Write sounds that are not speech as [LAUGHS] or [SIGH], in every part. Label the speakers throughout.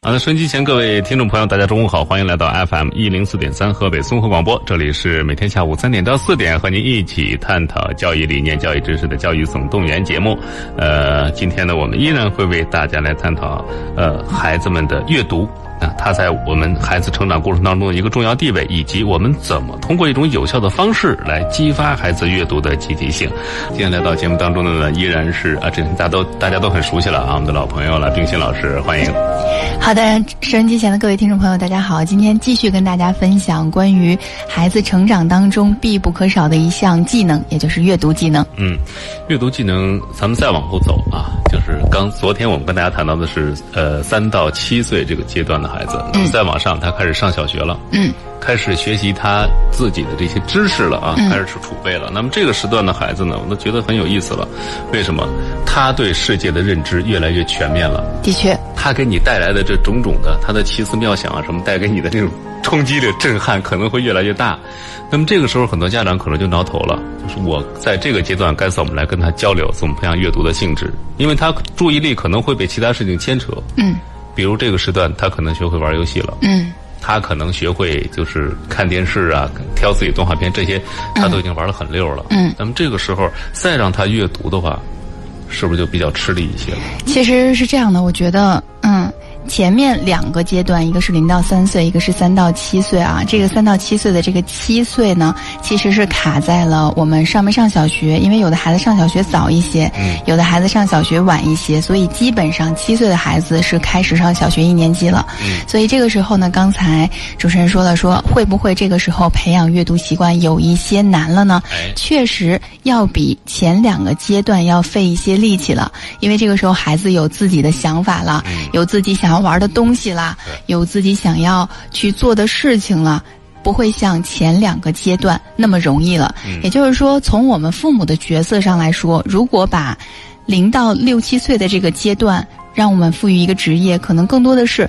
Speaker 1: 好的，收音机前各位听众朋友，大家中午好，欢迎来到 FM 一零四点三河北综合广播，这里是每天下午三点到四点和您一起探讨教育理念、教育知识的教育总动员节目。呃，今天呢，我们依然会为大家来探讨呃孩子们的阅读。啊，它在我们孩子成长过程当中的一个重要地位，以及我们怎么通过一种有效的方式来激发孩子阅读的积极性。今天来到节目当中的呢，依然是啊，这大家都大家都很熟悉了啊，我们的老朋友了，冰心老师，欢迎。
Speaker 2: 好的，收音机前的各位听众朋友，大家好，今天继续跟大家分享关于孩子成长当中必不可少的一项技能，也就是阅读技能。
Speaker 1: 嗯，阅读技能，咱们再往后走啊，就是刚昨天我们跟大家谈到的是，呃，三到七岁这个阶段的孩子，那么再往上，他开始上小学了，
Speaker 2: 嗯，
Speaker 1: 开始学习他自己的这些知识了啊，开始储备了。那么这个时段的孩子呢，我都觉得很有意思了，为什么？他对世界的认知越来越全面了。
Speaker 2: 的确，
Speaker 1: 他给你带来的这种种的，他的奇思妙想啊，什么带给你的这种冲击的震撼，可能会越来越大。那么这个时候，很多家长可能就挠头了，就是我在这个阶段该怎么来跟他交流，怎么培养阅读的兴致？因为他注意力可能会被其他事情牵扯，
Speaker 2: 嗯
Speaker 1: 比如这个时段他可能学会玩游戏了，
Speaker 2: 嗯，
Speaker 1: 他可能学会就是看电视啊，挑自己动画片这些，他都已经玩得很溜了。
Speaker 2: 嗯，
Speaker 1: 那么这个时候再让他阅读的话，是不是就比较吃力一些了？
Speaker 2: 其实是这样的，我觉得，嗯。前面两个阶段，一个是零到三岁，一个是三到七岁啊。这个三到七岁的这个七岁呢，其实是卡在了我们上没上小学，因为有的孩子上小学早一些，
Speaker 1: 嗯
Speaker 2: 有的孩子上小学晚一些，所以基本上七岁的孩子是开始上小学一年级了。
Speaker 1: 嗯
Speaker 2: 所以这个时候呢，刚才主持人说了说，会不会这个时候培养阅读习惯有一些难了呢？
Speaker 1: 哎，
Speaker 2: 确实要比前两个阶段要费一些力气了，因为这个时候孩子有自己的想法了，
Speaker 1: 嗯
Speaker 2: 有自己想要玩的东西啦
Speaker 1: 对，
Speaker 2: 有自己想要去做的事情了。不会像前两个阶段那么容易了。
Speaker 1: 嗯
Speaker 2: 也就是说，从我们父母的角色上来说，如果把零到六七岁的这个阶段，让我们赋予一个职业，可能更多的是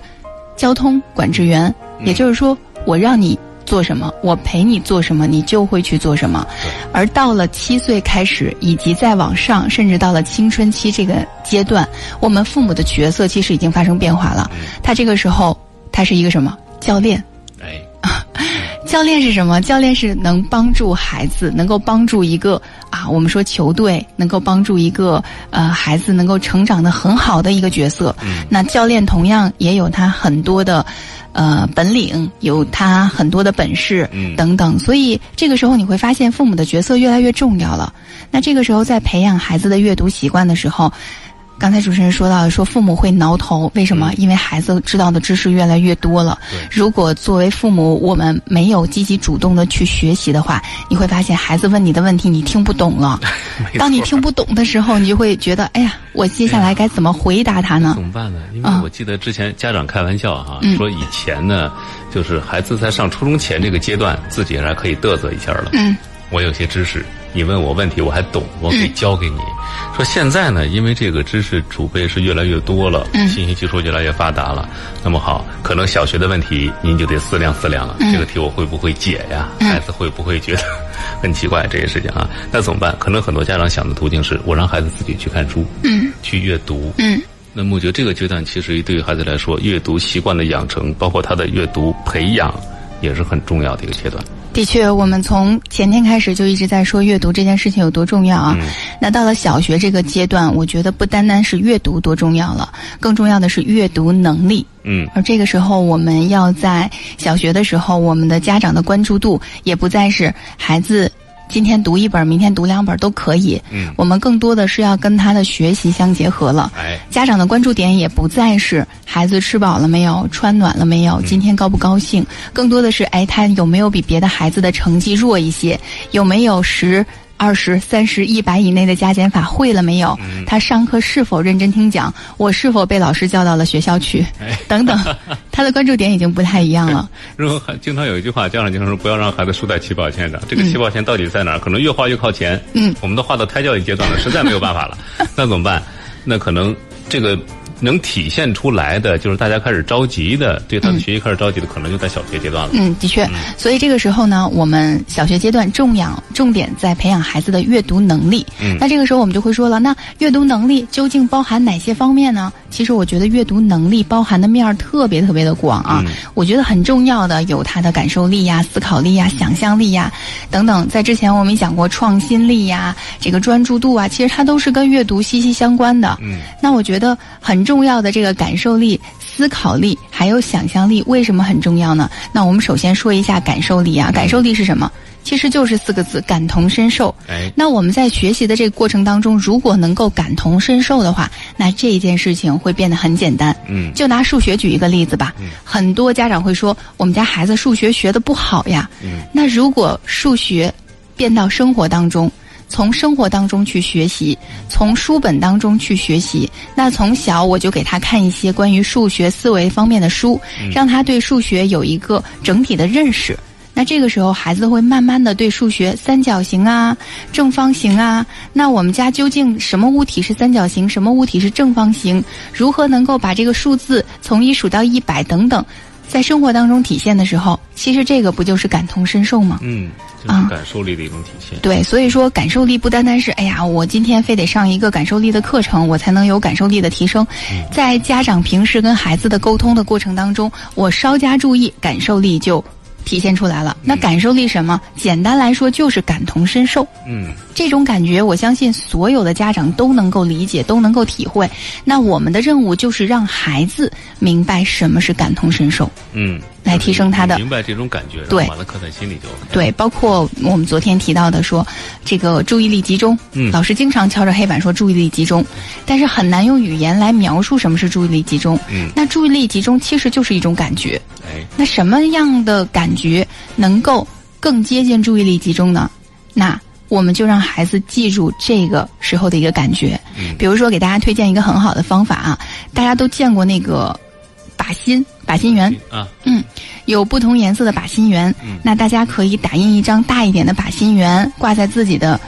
Speaker 2: 交通管制员。
Speaker 1: 嗯
Speaker 2: 也就是说，我让你做什么，我陪你做什么，你就会去做什么。而到了七岁开始，以及再往上，甚至到了青春期这个阶段，我们父母的角色其实已经发生变化了。
Speaker 1: 嗯
Speaker 2: 他这个时候，他是一个什么教练？
Speaker 1: 哎，
Speaker 2: 教练是什么？教练是能帮助孩子，能够帮助一个啊，我们说球队能够帮助一个呃孩子能够成长的很好的一个角色。
Speaker 1: 嗯
Speaker 2: 那教练同样也有他很多的呃本领，有他很多的本事。
Speaker 1: 嗯，
Speaker 2: 等等，所以这个时候你会发现父母的角色越来越重要了。那这个时候在培养孩子的阅读习惯的时候，刚才主持人说到说父母会挠头，为什么？因为孩子知道的知识越来越多了
Speaker 1: 嗯对。
Speaker 2: 如果作为父母我们没有积极主动的去学习的话，你会发现孩子问你的问题你听不懂了。
Speaker 1: [LAUGHS] 没
Speaker 2: 当你
Speaker 1: 错
Speaker 2: 听不懂的时候，你就会觉得哎呀，我接下来该怎么回答他呢
Speaker 1: 怎？么办呢？因为
Speaker 2: 嗯
Speaker 1: 我记得之前家长开玩笑哈、
Speaker 2: 嗯
Speaker 1: 说以前呢，就是孩子在上初中前这个阶段，自己还可以嘚瑟一下了。
Speaker 2: 嗯，
Speaker 1: 我有些知识，你问我问题我还懂，我可以教给你。
Speaker 2: 嗯
Speaker 1: 说现在呢，因为这个知识储备是越来越多了，
Speaker 2: 嗯
Speaker 1: 信息技术越来越发达了，那么好，可能小学的问题您就得思量思量了，啊
Speaker 2: 嗯
Speaker 1: 这个题我会不会解呀？孩子会不会觉得很奇怪这些事情啊？那怎么办？可能很多家长想的途径是我让孩子自己去看书，
Speaker 2: 嗯，
Speaker 1: 去阅读，
Speaker 2: 嗯。
Speaker 1: 那么我觉得这个阶段其实对于孩子来说，阅读习惯的养成，包括他的阅读培养，也是很重要的一个阶段。
Speaker 2: 的确，我们从前天开始就一直在说阅读这件事情有多重要啊。
Speaker 1: 嗯
Speaker 2: 那到了小学这个阶段，我觉得不单单是阅读多重要了，更重要的是阅读能力。
Speaker 1: 嗯，
Speaker 2: 而这个时候，我们要在小学的时候，我们的家长的关注度也不再是孩子今天读一本，明天读两本都可以。
Speaker 1: 嗯
Speaker 2: 我们更多的是要跟他的学习相结合了。
Speaker 1: 哎，
Speaker 2: 家长的关注点也不再是孩子吃饱了没有、穿暖了没有、今天高不高兴，更多的是哎，他有没有比别的孩子的成绩弱一些，有没有十。二十三十一百以内的加减法会了没有？他上课是否认真听讲？我是否被老师叫到了学校去？等等，他的关注点已经不太一样了。
Speaker 1: 然后还经常有一句话，家长经常说不要让孩子输在起跑线上。这个起跑线到底在哪儿？可能越画越靠前。
Speaker 2: 嗯，
Speaker 1: 我们都画到胎教育阶段了，实在没有办 [LAUGHS] 法了，那怎么办？那可能这个能体现出来的，就是大家开始着急的，对他的学习开始着急的，可能就在小学阶段了。
Speaker 2: 嗯，的确，所以这个时候呢，我们小学阶段重养重点在培养孩子的阅读能力。
Speaker 1: 嗯
Speaker 2: 那这个时候我们就会说了，那阅读能力究竟包含哪些方面呢？其实我觉得阅读能力包含的面儿特别特别的广啊。
Speaker 1: 嗯
Speaker 2: 我觉得很重要的有他的感受力呀、思考力呀、想象力呀等等。在之前我们也讲过创新力呀、这个专注度啊，其实它都是跟阅读息息相关的。
Speaker 1: 嗯，
Speaker 2: 那我觉得很重要的这个感受力、思考力还有想象力，为什么很重要呢？那我们首先说一下感受力啊，感受力是什么？其实就是四个字：感同身受。
Speaker 1: 哎，
Speaker 2: 那我们在学习的这个过程当中，如果能够感同身受的话，那这件事情会变得很简单。
Speaker 1: 嗯，
Speaker 2: 就拿数学举一个例子吧，很多家长会说我们家孩子数学学的不好呀。
Speaker 1: 嗯
Speaker 2: 那如果数学变到生活当中，从生活当中去学习，从书本当中去学习，那从小我就给他看一些关于数学思维方面的书，
Speaker 1: 嗯
Speaker 2: 让他对数学有一个整体的认识。那这个时候，孩子会慢慢的对数学三角形啊、正方形啊，那我们家究竟什么物体是三角形，什么物体是正方形，如何能够把这个数字从一数到一百等等，在生活当中体现的时候，其实这个不就是感同身受吗？
Speaker 1: 嗯，这
Speaker 2: 啊
Speaker 1: 是感受力的一种体现。
Speaker 2: 对，所以说感受力不单单是，哎呀，我今天非得上一个感受力的课程，我才能有感受力的提升。在家长平时跟孩子的沟通的过程当中，我稍加注意，感受力就体现出来了。那感受力什么？简单来说就是感同身受。
Speaker 1: 嗯，
Speaker 2: 这种感觉，我相信所有的家长都能够理解，都能够体会。那我们的任务就是让孩子明白什么是感同身受。
Speaker 1: 嗯，
Speaker 2: 来提升他的
Speaker 1: 明白这种感觉，然后
Speaker 2: 对
Speaker 1: 把它刻在心里就 OK。
Speaker 2: 对，包括我们昨天提到的说，这个注意力集中，
Speaker 1: 嗯
Speaker 2: 老师经常敲着黑板说注意力集中，但是很难用语言来描述什么是注意力集中。
Speaker 1: 嗯，
Speaker 2: 那注意力集中其实就是一种感觉，
Speaker 1: 哎，
Speaker 2: 那什么样的感觉能够更接近注意力集中呢？那我们就让孩子记住这个时候的一个感觉。
Speaker 1: 嗯
Speaker 2: 比如说，给大家推荐一个很好的方法啊，大家都见过那个靶心靶心圆，
Speaker 1: 啊，
Speaker 2: 有不同颜色的靶心圆，
Speaker 1: 嗯
Speaker 2: 那大家可以打印一张大一点的靶心圆，挂在自己的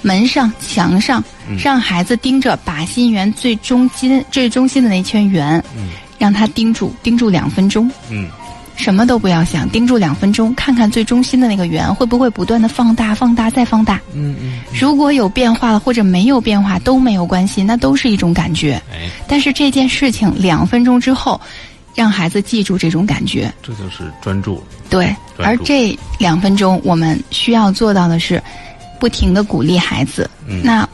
Speaker 2: 门上、墙上，
Speaker 1: 嗯
Speaker 2: 让孩子盯着靶心圆最中心、最中心的那一圈圆，
Speaker 1: 嗯
Speaker 2: 让他盯住，盯住两分钟，
Speaker 1: 嗯，
Speaker 2: 什么都不要想，盯住两分钟，看看最中心的那个圆会不会不断的放大、放大、再放大。
Speaker 1: 嗯嗯，
Speaker 2: 如果有变化了或者没有变化都没有关系，那都是一种感觉。
Speaker 1: 哎，
Speaker 2: 但是这件事情两分钟之后，让孩子记住这种感觉。
Speaker 1: 这就是专注。
Speaker 2: 对，
Speaker 1: 专
Speaker 2: 而
Speaker 1: 注
Speaker 2: 这两分钟我们需要做到的是，不停的鼓励孩子。
Speaker 1: 嗯
Speaker 2: 那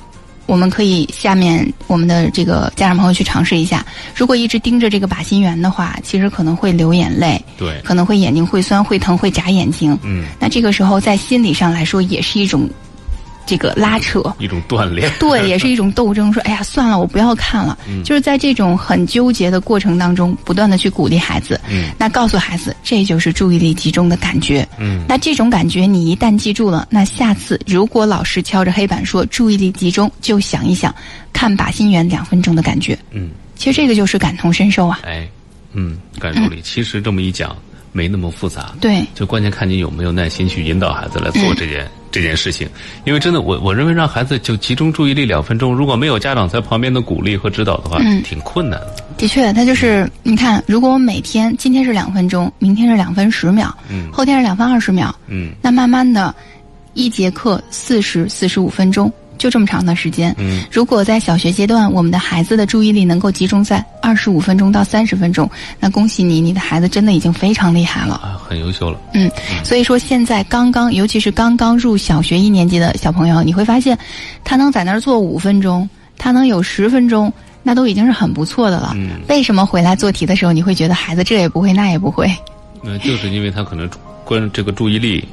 Speaker 2: 我们可以下面我们的这个家长朋友去尝试一下，如果一直盯着这个靶心圆的话，其实可能会流眼泪，
Speaker 1: 对，
Speaker 2: 可能会眼睛会酸、会疼、会眨眼睛。
Speaker 1: 嗯，
Speaker 2: 那这个时候在心理上来说，也是一种这个拉扯。
Speaker 1: 一种锻炼。
Speaker 2: [LAUGHS]
Speaker 1: [LAUGHS]
Speaker 2: 对，也是一种斗争。说，哎呀，算了，我不要看了。
Speaker 1: 嗯
Speaker 2: 就是在这种很纠结的过程当中，不断的去鼓励孩子，
Speaker 1: 嗯
Speaker 2: 那告诉孩子，这就是注意力集中的感觉。
Speaker 1: 嗯
Speaker 2: 那这种感觉你一旦记住了，那下次如果老师敲着黑板说注意力集中，就想一想看靶心圆两分钟的感觉。
Speaker 1: 嗯，
Speaker 2: 其实这个就是感同身受啊。
Speaker 1: 哎，嗯，感受力其实这么一讲没那么复杂。
Speaker 2: 对，
Speaker 1: 就关键看你有没有耐心去引导孩子来
Speaker 2: 嗯
Speaker 1: 做这件、这件事情，因为真的，我我认为让孩子就集中注意力两分钟，如果没有家长在旁边的鼓励和指导的话，
Speaker 2: 嗯
Speaker 1: 挺困难的。
Speaker 2: 的确，它就是你看，如果我每天今天是两分钟，明天是两分十秒，
Speaker 1: 嗯
Speaker 2: 后天是两分二十秒，
Speaker 1: 嗯
Speaker 2: 那慢慢的，一节课四十四十五分钟，就这么长的时间。
Speaker 1: 嗯，
Speaker 2: 如果在小学阶段，我们的孩子的注意力能够集中在二十五分钟到三十分钟，那恭喜你，你的孩子真的已经非常厉害了。
Speaker 1: 啊，很优秀了。
Speaker 2: 嗯，所以说现在刚刚，尤其是刚刚入小学一年级的小朋友，你会发现，他能在那儿坐五分钟，他能有十分钟，那都已经是很不错的了。
Speaker 1: 嗯
Speaker 2: 为什么回来做题的时候，你会觉得孩子这也不会那也不会？
Speaker 1: 那就是因为他可能关这个注意力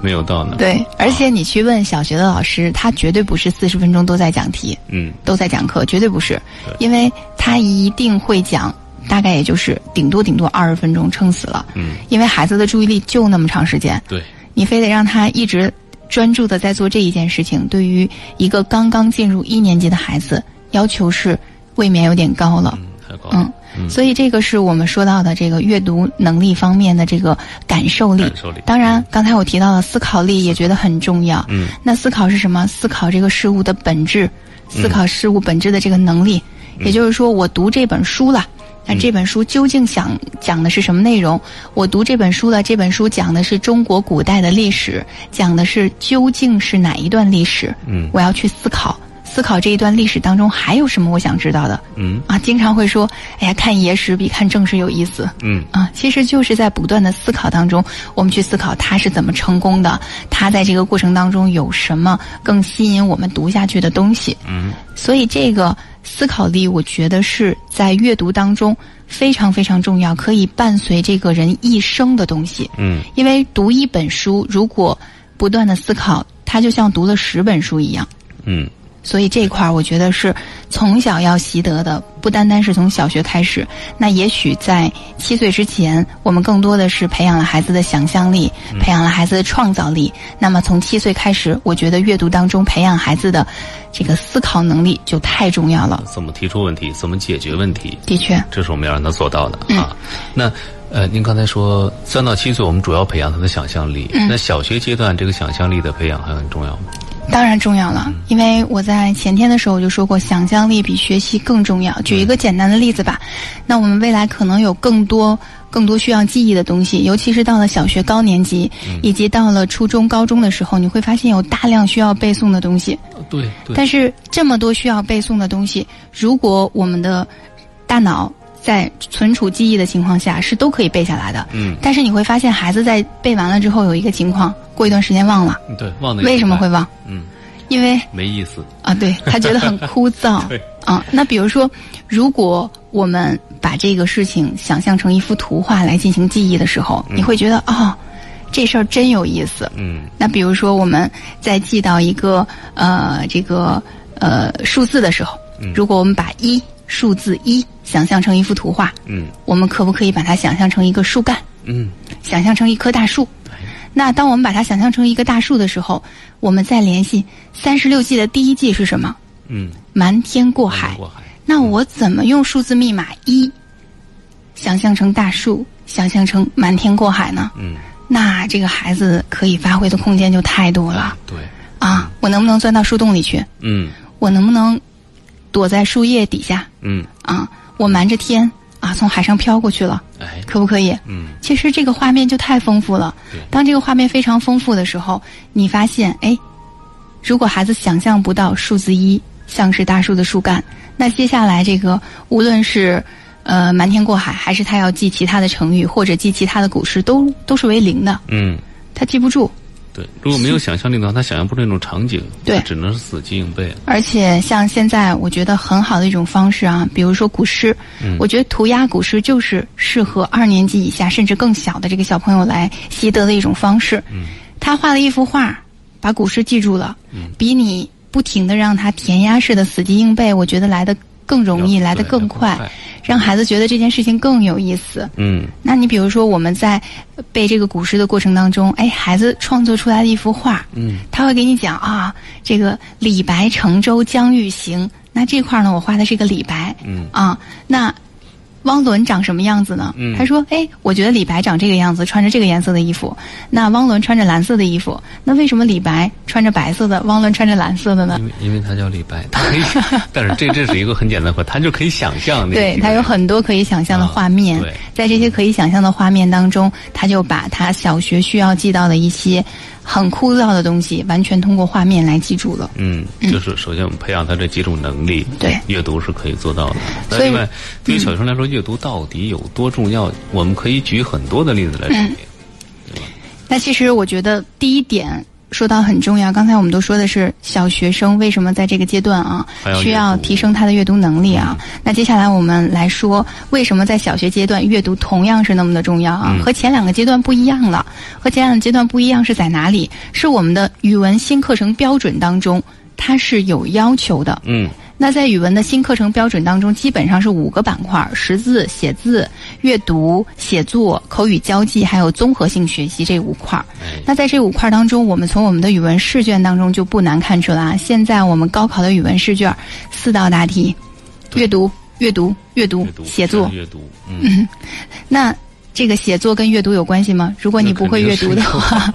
Speaker 1: 没有到呢。，
Speaker 2: 对，而且你去问小学的老师，他绝对不是四十分钟都在讲题，
Speaker 1: 嗯，
Speaker 2: 都在讲课，绝对不是
Speaker 1: 对，
Speaker 2: 因为他一定会讲，大概也就是顶多顶多二十分钟，撑死了。
Speaker 1: 嗯，
Speaker 2: 因为孩子的注意力就那么长时间，
Speaker 1: 对，
Speaker 2: 你非得让他一直专注的在做这一件事情，对于一个刚刚进入一年级的孩子，要求是未免有点高了。
Speaker 1: 嗯，太高了
Speaker 2: 嗯，，所以这个是我们说到的这个阅读能力方面的这个感受力
Speaker 1: 感。受力。
Speaker 2: 当然，刚才我提到了思考力，也觉得很重要。
Speaker 1: 嗯，
Speaker 2: 那思考是什么？思考这个事物的本质，思考事物本质的这个能力。也就是说，我读这本书了，那这本书究竟想讲的是什么内容？我读这本书了，这本书讲的是中国古代的历史，讲的是究竟是哪一段历史？
Speaker 1: 嗯
Speaker 2: 我要去思考。思考这一段历史当中还有什么我想知道的
Speaker 1: 嗯
Speaker 2: 啊。经常会说，哎呀，看野史比看正史有意思。
Speaker 1: 嗯
Speaker 2: 啊，其实就是在不断的思考当中，我们去思考他是怎么成功的，他在这个过程当中有什么更吸引我们读下去的东西。
Speaker 1: 嗯
Speaker 2: 所以这个思考力，我觉得是在阅读当中非常非常重要，可以伴随这个人一生的东西。
Speaker 1: 嗯
Speaker 2: 因为读一本书，如果不断的思考，它就像读了十本书一样。
Speaker 1: 嗯
Speaker 2: 所以这一块儿，我觉得是从小要习得的，不单单是从小学开始。那也许在七岁之前，我们更多的是培养了孩子的想象力，培养了孩子的创造力。那么从七岁开始，我觉得阅读当中培养孩子的这个思考能力就太重要了。
Speaker 1: 怎么提出问题，怎么解决问题，
Speaker 2: 的确，
Speaker 1: 这是我们要让他做到的
Speaker 2: 嗯
Speaker 1: 啊。那呃，您刚才说三到七岁，我们主要培养他的想象力。
Speaker 2: 嗯
Speaker 1: 那小学阶段这个想象力的培养还很重要吗？
Speaker 2: 当然重要了，因为我在前天的时候我就说过，想象力比学习更重要。举一个简单的例子吧，那我们未来可能有更多、更多需要记忆的东西，尤其是到了小学高年级，以及到了初中、高中的时候，你会发现有大量需要背诵的东西。
Speaker 1: 对对，
Speaker 2: 但是这么多需要背诵的东西，如果我们的大脑在存储记忆的情况下，是都可以背下来的。
Speaker 1: 嗯
Speaker 2: 但是你会发现，孩子在背完了之后，有一个情况，过一段时间忘了，
Speaker 1: 对，忘了
Speaker 2: 为什么会忘？
Speaker 1: 嗯
Speaker 2: 因为
Speaker 1: 没意思？。
Speaker 2: 啊，对他觉得很枯燥
Speaker 1: 对
Speaker 2: 啊，那比如说，如果我们把这个事情想象成一幅图画来进行记忆的时候，你会觉得哦，这事儿真有意思。
Speaker 1: 嗯
Speaker 2: 那比如说，我们在记到一个呃这个呃数字的时候，如果我们把一数字一想象成一幅图画，
Speaker 1: 嗯
Speaker 2: 我们可不可以把它想象成一个树干，
Speaker 1: 嗯，
Speaker 2: 想象成一棵大树？那当我们把它想象成一个大树的时候，我们再联系三十六计的第一计是什么？
Speaker 1: 嗯，
Speaker 2: 瞒天过海
Speaker 1: 海。过海，
Speaker 2: 那我怎么用数字密码一想象成大树，想象成瞒天过海呢？
Speaker 1: 嗯，
Speaker 2: 那这个孩子可以发挥的空间就太多了
Speaker 1: 啊，对，
Speaker 2: 啊！我能不能钻到树洞里去？
Speaker 1: 嗯
Speaker 2: 我能不能躲在树叶底下
Speaker 1: 嗯，
Speaker 2: 啊？我瞒着天啊，从海上飘过去了，
Speaker 1: 哎，
Speaker 2: 可不可以？
Speaker 1: 嗯
Speaker 2: 其实这个画面就太丰富了
Speaker 1: 对。
Speaker 2: 当这个画面非常丰富的时候，你发现，哎，如果孩子想象不到数字一像是大树的树干，那接下来这个无论是呃瞒天过海，还是他要记其他的成语或者记其他的古诗，都都是为零的，
Speaker 1: 嗯。
Speaker 2: 他记不住。
Speaker 1: 对，如果没有想象力的话，他想象不出那种场景，
Speaker 2: 对
Speaker 1: 只能是死记硬背。
Speaker 2: 而且像现在，我觉得很好的一种方式啊，比如说古诗，我觉得涂鸦古诗就是适合二年级以下甚至更小的这个小朋友来习得的一种方式。
Speaker 1: 嗯
Speaker 2: 他画了一幅画，把古诗记住了，
Speaker 1: 嗯
Speaker 2: 比你不停的让他填鸭式的死记硬背，我觉得来的更容易，
Speaker 1: 要
Speaker 2: 来的
Speaker 1: 对
Speaker 2: 更
Speaker 1: 要
Speaker 2: 快
Speaker 1: 快，
Speaker 2: 让孩子觉得这件事情更有意思。
Speaker 1: 嗯
Speaker 2: 那你比如说，我们在背这个古诗的过程当中，哎，孩子创作出来的一幅画，
Speaker 1: 嗯，
Speaker 2: 他会给你讲啊，这个李白乘舟将欲行，那这块儿呢，我画的是个李白，
Speaker 1: 嗯
Speaker 2: 啊，那汪伦长什么样子呢？
Speaker 1: 嗯
Speaker 2: 他说，哎，我觉得李白长这个样子，穿着这个颜色的衣服，那汪伦穿着蓝色的衣服，那为什么李白穿着白色的，汪伦穿着蓝色的呢？
Speaker 1: 因为因为他叫李白，他可以，
Speaker 2: [LAUGHS]
Speaker 1: 但是这这是一个很简单的话，他就可以想象那个
Speaker 2: 对，
Speaker 1: 情景。
Speaker 2: 它有很多可以想象的画面。
Speaker 1: 啊对
Speaker 2: 在这些可以想象的画面当中，他就把他小学需要记到的一些很枯燥的东西，完全通过画面来记住了。
Speaker 1: 嗯，就是首先我们培养他这几种能力，
Speaker 2: 对
Speaker 1: 阅读是可以做到的。那
Speaker 2: 所以嗯
Speaker 1: 另外，对于小学生来说，阅读到底有多重要？我们可以举很多的例子来说
Speaker 2: 嗯
Speaker 1: 明。
Speaker 2: 那其实我觉得第一点。说到很重要，刚才我们都说的是小学生为什么在这个阶段啊
Speaker 1: 还要阅，读嗯
Speaker 2: 需要提升他的阅读能力啊。那接下来我们来说，为什么在小学阶段阅读同样是那么的重要
Speaker 1: 嗯
Speaker 2: 啊？和前两个阶段不一样了，和前两个阶段不一样是在哪里？是我们的语文新课程标准当中，它是有要求的。
Speaker 1: 嗯
Speaker 2: 那在语文的新课程标准当中，基本上是五个板块：识字、写字、阅读、写作、口语交际，还有综合性学习这五块儿。
Speaker 1: 哎，
Speaker 2: 那在这五块儿当中，我们从我们的语文试卷当中就不难看出来啊，现在我们高考的语文试卷四道大题：阅读、阅读、阅读
Speaker 1: 阅、读
Speaker 2: 写
Speaker 1: 全
Speaker 2: 作
Speaker 1: 是。阅读，嗯，
Speaker 2: 那这个写作跟阅读有关系吗？如果你
Speaker 1: 那肯
Speaker 2: 不会
Speaker 1: 定
Speaker 2: 阅
Speaker 1: 是
Speaker 2: 读的
Speaker 1: 有 [LAUGHS]
Speaker 2: 话，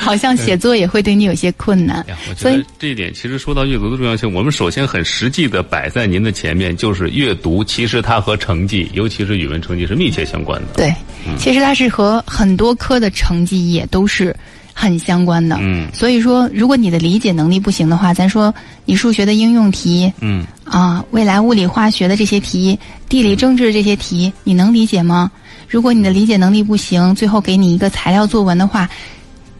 Speaker 2: 好像写作也会对你有些困难
Speaker 1: 呀，。我觉
Speaker 2: 所以
Speaker 1: 得这一点其实说到阅读的重要性，我们首先很实际的摆在您的前面，就是阅读，其实它和成绩，尤其是语文成绩是密切相关的。
Speaker 2: 对，其实它是和很多科的成绩也都是很相关的。
Speaker 1: 嗯
Speaker 2: 所以说，如果你的理解能力不行的话，咱说你数学的应用题
Speaker 1: 嗯
Speaker 2: 啊，未来物理、化学的这些题，地理、政治这些题，你能理解吗？如果你的理解能力不行，最后给你一个材料作文的话，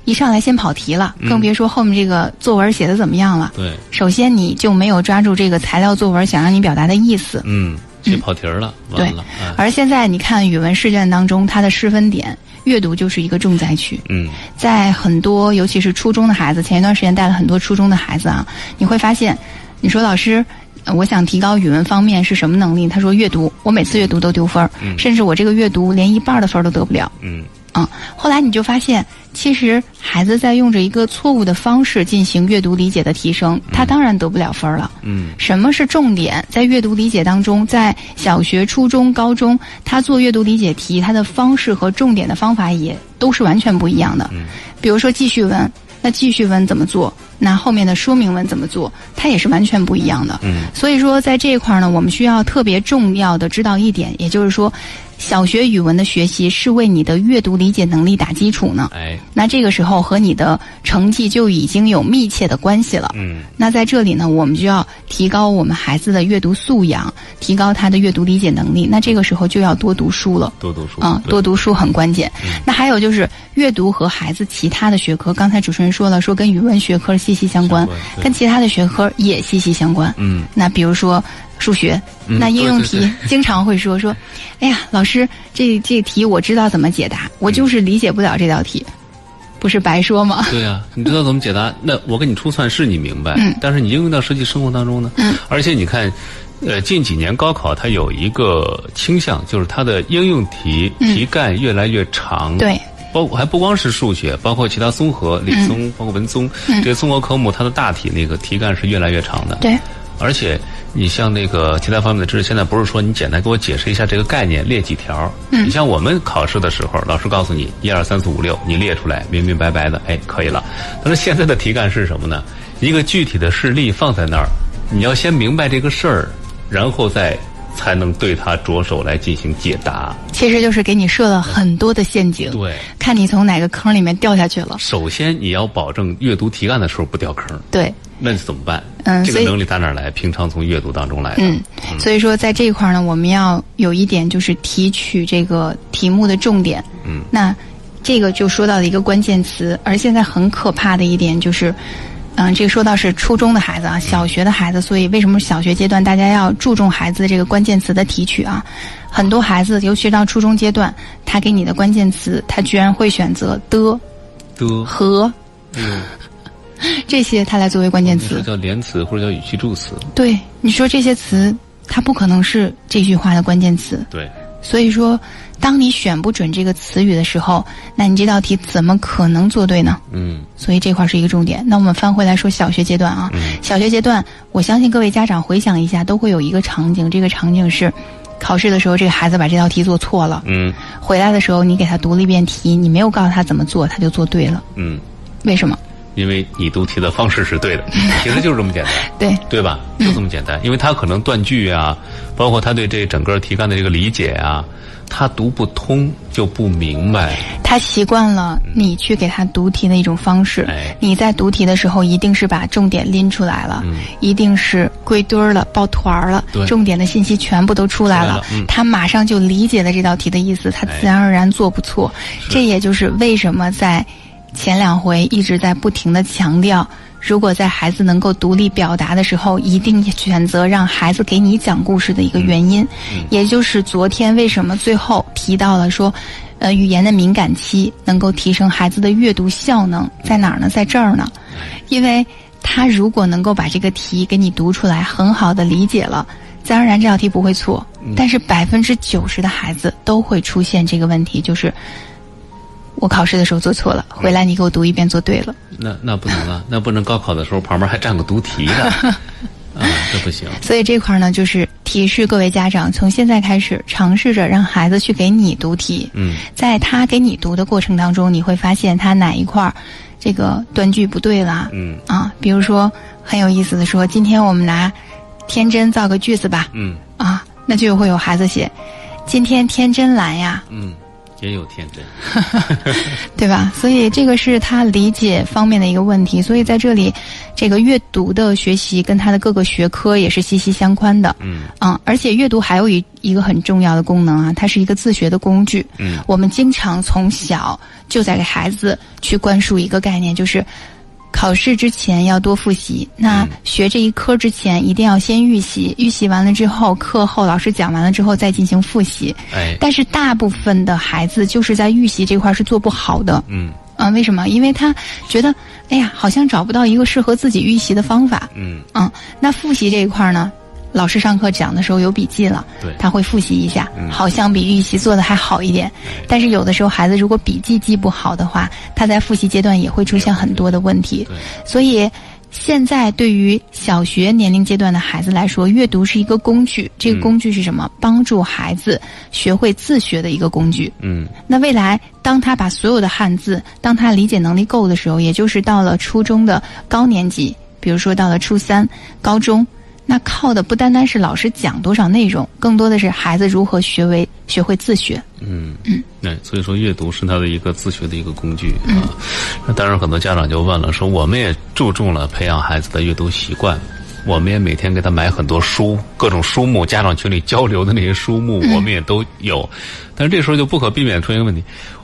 Speaker 2: 一上来先跑题了，更别说后面这个作文写的怎么样了。
Speaker 1: 对，
Speaker 2: 首先，你就没有抓住这个材料作文想让你表达的意思。
Speaker 1: 嗯，这跑题儿了，完了，哎
Speaker 2: 而现在，你看语文试卷当中，它的失分点阅读就是一个重灾区。
Speaker 1: 嗯
Speaker 2: 在很多，尤其是初中的孩子，前一段时间带了很多初中的孩子啊，你会发现，你说老师，呃我想提高语文方面是什么能力？他说阅读，我每次阅读都丢分儿，
Speaker 1: 嗯
Speaker 2: 甚至我这个阅读连一半儿的分儿都得不了。
Speaker 1: 嗯
Speaker 2: 啊、后来你就发现，其实孩子在用着一个错误的方式进行阅读理解的提升，他当然得不了分儿了。
Speaker 1: 嗯
Speaker 2: 什么是重点？在阅读理解当中，在小学、初中、高中，他做阅读理解题，他的方式和重点的方法也都是完全不一样的。
Speaker 1: 嗯
Speaker 2: 比如说记叙文，那记叙文怎么做？那后面的说明文怎么做？它也是完全不一样的。
Speaker 1: 嗯
Speaker 2: 所以说，在这一块儿呢，我们需要特别重要的知道一点，也就是说，小学语文的学习是为你的阅读理解能力打基础呢。
Speaker 1: 哎，
Speaker 2: 那这个时候和你的成绩就已经有密切的关系了。
Speaker 1: 嗯
Speaker 2: 那在这里呢，我们就要提高我们孩子的阅读素养，提高他的阅读理解能力。那这个时候就要多读书了。
Speaker 1: 多读书
Speaker 2: 啊、
Speaker 1: 对嗯
Speaker 2: 多读书很关键。那还有就是阅读和孩子其他的学科，刚才主持人说了，说跟语文学科息息相关
Speaker 1: 相关，对
Speaker 2: 跟其他的学科也息息相关。
Speaker 1: 嗯
Speaker 2: 那比如说数学，
Speaker 1: 嗯
Speaker 2: 那应用
Speaker 1: 对对
Speaker 2: 题 [LAUGHS] 经常会说说，哎呀，老师，这这题我知道怎么解答，我
Speaker 1: 嗯
Speaker 2: 就是理解不了这道题，不是白说吗？
Speaker 1: 对呀、你知道怎么解答？那我给你出算式，你明白，
Speaker 2: 嗯
Speaker 1: 但是你应用到实际生活当中呢？
Speaker 2: 嗯
Speaker 1: 而且你看，呃，近几年高考它有一个倾向，就是它的应用题
Speaker 2: 嗯
Speaker 1: 题干越来越长，
Speaker 2: 对，
Speaker 1: 包括还不光是数学，包括其他综合、理综，包括文综、这些综合科目，它的大体那个题干是越来越长的。
Speaker 2: 对，
Speaker 1: 而且你像那个其他方面的知识，现在不是说你简单给我解释一下这个概念，列几条。嗯，你像我们考试的时候，老师告诉你一二三四五六，你列出来，明明白白的，哎，可以了。但是现在的题干是什么呢？一个具体的事例放在那儿，你要先明白这个事儿，然后再才能对它着手来进行解答。
Speaker 2: 其实就是给你设了很多的陷阱，
Speaker 1: 对，
Speaker 2: 看你从哪个坑里面掉下去了。
Speaker 1: 首先你要保证阅读题干的时候不掉坑，
Speaker 2: 对，
Speaker 1: 那怎么办？
Speaker 2: 嗯
Speaker 1: 这个
Speaker 2: 所以
Speaker 1: 能力打哪儿来？平常从阅读当中来的。
Speaker 2: 嗯，所以说在这一块儿呢，我们要有一点就是提取这个题目的重点。
Speaker 1: 嗯，
Speaker 2: 那这个就说到了一个关键词，而现在很可怕的一点就是。嗯，这个说到是初中的孩
Speaker 1: 嗯
Speaker 2: 子啊，小学的孩子，所以为什么小学阶段大家要注重孩子这个关键词的提取啊？很多孩子，尤其是到初中阶段，他给你的关键词，他居然会选择的、
Speaker 1: 的，
Speaker 2: 和
Speaker 1: 哎呦
Speaker 2: 嗯这些，他来作为关键
Speaker 1: 你说
Speaker 2: 词。
Speaker 1: 叫连词或者叫语气助词，
Speaker 2: 对，你说这些词，它不可能是这句话的关键词。
Speaker 1: 对，
Speaker 2: 所以说，当你选不准这个词语的时候，那你这道题怎么可能做对呢？
Speaker 1: 嗯
Speaker 2: 所以这块儿是一个重点。那我们翻回来说小学阶段啊，
Speaker 1: 嗯
Speaker 2: 小学阶段，我相信各位家长回想一下，都会有一个场景，这个场景是。考试的时候，这个孩子把这道题做错了。
Speaker 1: 嗯
Speaker 2: 回来的时候，你给他读了一遍题，你没有告诉他怎么做，他就做对了。
Speaker 1: 嗯，
Speaker 2: 为什么？
Speaker 1: 因为你读题的方式是
Speaker 2: [LAUGHS]
Speaker 1: 对的，其实就是这么简单，
Speaker 2: 对，
Speaker 1: 对吧？
Speaker 2: 嗯
Speaker 1: 就这么简单，因为他可能断句啊，包括他对这整个题干的这个理解啊，他读不通就不明白，
Speaker 2: 他习惯了你去给他读题的一种方式。
Speaker 1: 哎
Speaker 2: 你在读题的时候，一定是把重点拎出来了，
Speaker 1: 嗯
Speaker 2: 一定是归堆儿了、抱团儿了
Speaker 1: 对，
Speaker 2: 重点的信息全部都出来了。
Speaker 1: 出来了嗯
Speaker 2: 他马上就理解了这道题的意思，他
Speaker 1: 哎
Speaker 2: 自然而然做不错。这也就是为什么在前两回一直在不停的强调。如果在孩子能够独立表达的时候，一定选择让孩子给你讲故事的一个原因，也就是昨天为什么最后提到了说，呃，语言的敏感期能够提升孩子的阅读效能，在哪儿呢？在这儿呢，因为他如果能够把这个题给你读出来，很好的理解了，自然而然这道题不会错。但是百分之九十的孩子都会出现这个问题，就是我考试的时候做错了，回来你给我读一遍做对了。
Speaker 1: 那那不能
Speaker 2: [LAUGHS]
Speaker 1: 啊，那不能高考的时候旁边还站个读题的，啊，这不行，
Speaker 2: 所以这块儿呢，就是提示各位家长，从现在开始尝试着让孩子去给你读题。
Speaker 1: 嗯
Speaker 2: 在他给你读的过程当中，你会发现他哪一块儿这个断句不对啦，
Speaker 1: 嗯
Speaker 2: 啊，比如说很有意思的说，今天我们拿天真造个句子吧，
Speaker 1: 嗯
Speaker 2: 啊，那就会有孩子写，今天天真蓝呀，
Speaker 1: 嗯，也有天真。
Speaker 2: 对吧？所以这个是他理解方面的一个问题。所以在这里，这个阅读的学习跟他的各个学科也是息息相关的。
Speaker 1: 嗯
Speaker 2: 嗯，而且阅读还有一一个很重要的功能啊，它是一个自学的工具。
Speaker 1: 嗯，
Speaker 2: 我们经常从小就在给孩子去灌输一个概念，就是考试之前要多复习。那
Speaker 1: 嗯
Speaker 2: 学这一科之前，一定要先预习，预习完了之后，课后老师讲完了之后再进行复习。
Speaker 1: 哎，
Speaker 2: 但是大部分的孩子就是在预习这块儿是做不好的。
Speaker 1: 嗯
Speaker 2: 啊，为什么？因为他觉得，哎呀，好像找不到一个适合自己预习的方法。
Speaker 1: 嗯，
Speaker 2: 嗯，那复习这一块儿呢，老师上课讲的时候有笔记了，
Speaker 1: 对，
Speaker 2: 他会复习一下，
Speaker 1: 嗯
Speaker 2: 好像比预习做的还好一点。但是有的时候孩子如果笔记记不好的话，他在复习阶段也会出现很多的问题。
Speaker 1: 对，
Speaker 2: 所以，现在对于小学年龄阶段的孩子来说，阅读是一个工具。
Speaker 1: 嗯
Speaker 2: 这个工具是什么？帮助孩子学会自学的一个工具。
Speaker 1: 嗯
Speaker 2: 那未来，当他把所有的汉字，当他理解能力够的时候，也就是到了初中的高年级，比如说到了初三、高中，那靠的不单单是老师讲多少内容，更多的是孩子如何学为学会自学。
Speaker 1: 嗯嗯，对，所以说阅读是他的一个自学的一个工具
Speaker 2: 嗯
Speaker 1: 啊。那当然，很多家长就问了，说我们也注重了培养孩子的阅读习惯。我们也每天给他买很多书，各种书目，家长群里交流的那些书目，
Speaker 2: 嗯
Speaker 1: 我们也都有。但是这时候就不可避免出现一个问题：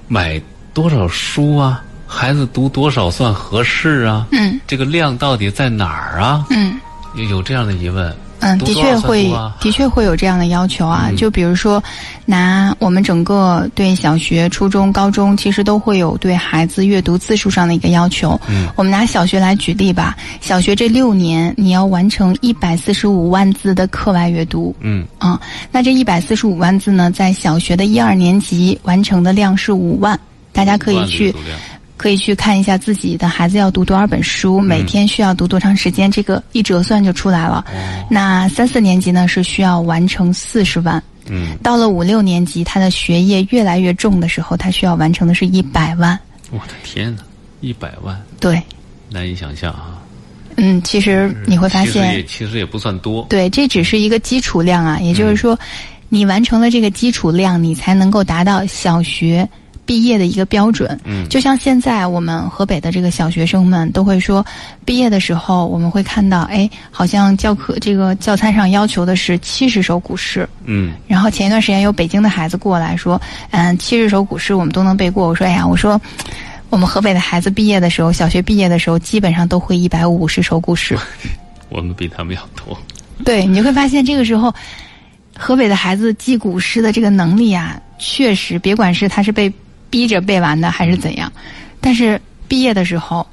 Speaker 1: 买多少书啊？孩子读多少算合适啊？
Speaker 2: 嗯，
Speaker 1: 这个量到底在哪儿啊？
Speaker 2: 嗯。
Speaker 1: 有有这样的疑问。
Speaker 2: 嗯，
Speaker 1: 读
Speaker 2: 的
Speaker 1: 多
Speaker 2: 确
Speaker 1: 少算
Speaker 2: 会
Speaker 1: 多啊，嗯
Speaker 2: 的确会有这样的要求啊。就比如说，拿我们整个对小学、初中、高中，其实都会有对孩子阅读字数上的一个要求。
Speaker 1: 嗯，
Speaker 2: 我们拿小学来举例吧。小学这六年，你要完成一百四十五万字的课外阅读。
Speaker 1: 嗯
Speaker 2: 啊、那这一百四十五万字呢，在小学的一二年级完成的量是五万，大家可以去
Speaker 1: 读量
Speaker 2: 可以去看一下自己的孩子要读多少本
Speaker 1: 嗯
Speaker 2: 书，每天需要读多长时间，这个一折算就出来了。
Speaker 1: 哦
Speaker 2: 那三四年级呢是需要完成四十万，
Speaker 1: 嗯，
Speaker 2: 到了五六年级，他的学业越来越重的时候，他需要完成的是一百万。
Speaker 1: 我的天哪，一百万，
Speaker 2: 对，
Speaker 1: 难以想象啊！
Speaker 2: 嗯，其实你会发
Speaker 1: 其实
Speaker 2: 现
Speaker 1: 也，其实也不算多。
Speaker 2: 对，这只是一个基础量啊，也
Speaker 1: 嗯
Speaker 2: 就是说，你完成了这个基础量，你才能够达到小学毕业的一个标准。
Speaker 1: 嗯
Speaker 2: 就像现在我们河北的这个小学生们都会说，毕业的时候我们会看到，哎，好像教科这个教材上要求的是七十首古诗。
Speaker 1: 嗯
Speaker 2: 然后前一段时间有北京的孩子过来说，嗯，七十首古诗我们都能背过。我说，哎呀，我说。我们河北的孩子毕业的时候，小学毕业的时候，基本上都会一百五十首古诗。
Speaker 1: 我们比他们要多。
Speaker 2: 对，你就会发现这个时候，河北的孩子记古诗的这个能力啊，确实，别管是他是被逼着背完的还是怎样，但是毕业的时候，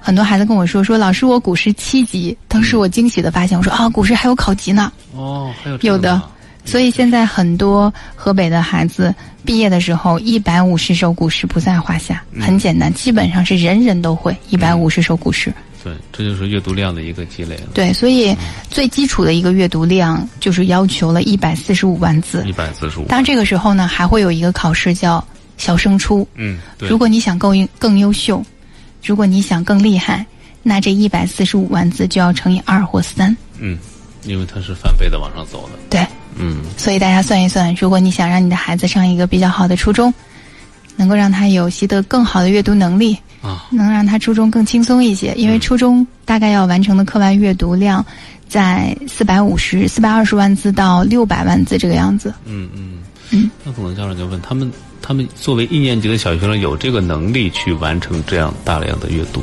Speaker 2: 很多孩子跟我说说，老师，我古诗七级。当时我惊喜的发现，我说啊，古诗还有考级呢。
Speaker 1: 哦，还有
Speaker 2: 个有的吗
Speaker 1: 嗯
Speaker 2: 所以现在很多河北的孩子毕业的时候，一百五十首古诗不在话下，很简单，基本上是人人都会一百五十首古诗。
Speaker 1: 对，这就是阅读量的一个积累了。
Speaker 2: 对，所以最基础的一个阅读量就是要求了一百四十五万字。
Speaker 1: 一百四十五。
Speaker 2: 当这个时候呢，还会有一个考试叫小升初。
Speaker 1: 嗯，对
Speaker 2: 如，果你想够更优秀，如果你想更厉害，那这一百四十五万字就要乘以二或三。
Speaker 1: 嗯，因为它是翻倍的往上走的。
Speaker 2: 对，
Speaker 1: 嗯，
Speaker 2: 所以大家算一算，如果你想让你的孩子上一个比较好的初中，能够让他有习得更好的阅读能力，
Speaker 1: 啊，
Speaker 2: 能让他初中更轻松一些，因为初中大概要完成的课外阅读量在四百五十、四百二十万字到六百万字这个样子。
Speaker 1: 嗯嗯
Speaker 2: 嗯。
Speaker 1: 那可能家长就问他们，他们作为一年级的小学生，有这个能力去完成这样大量的阅读？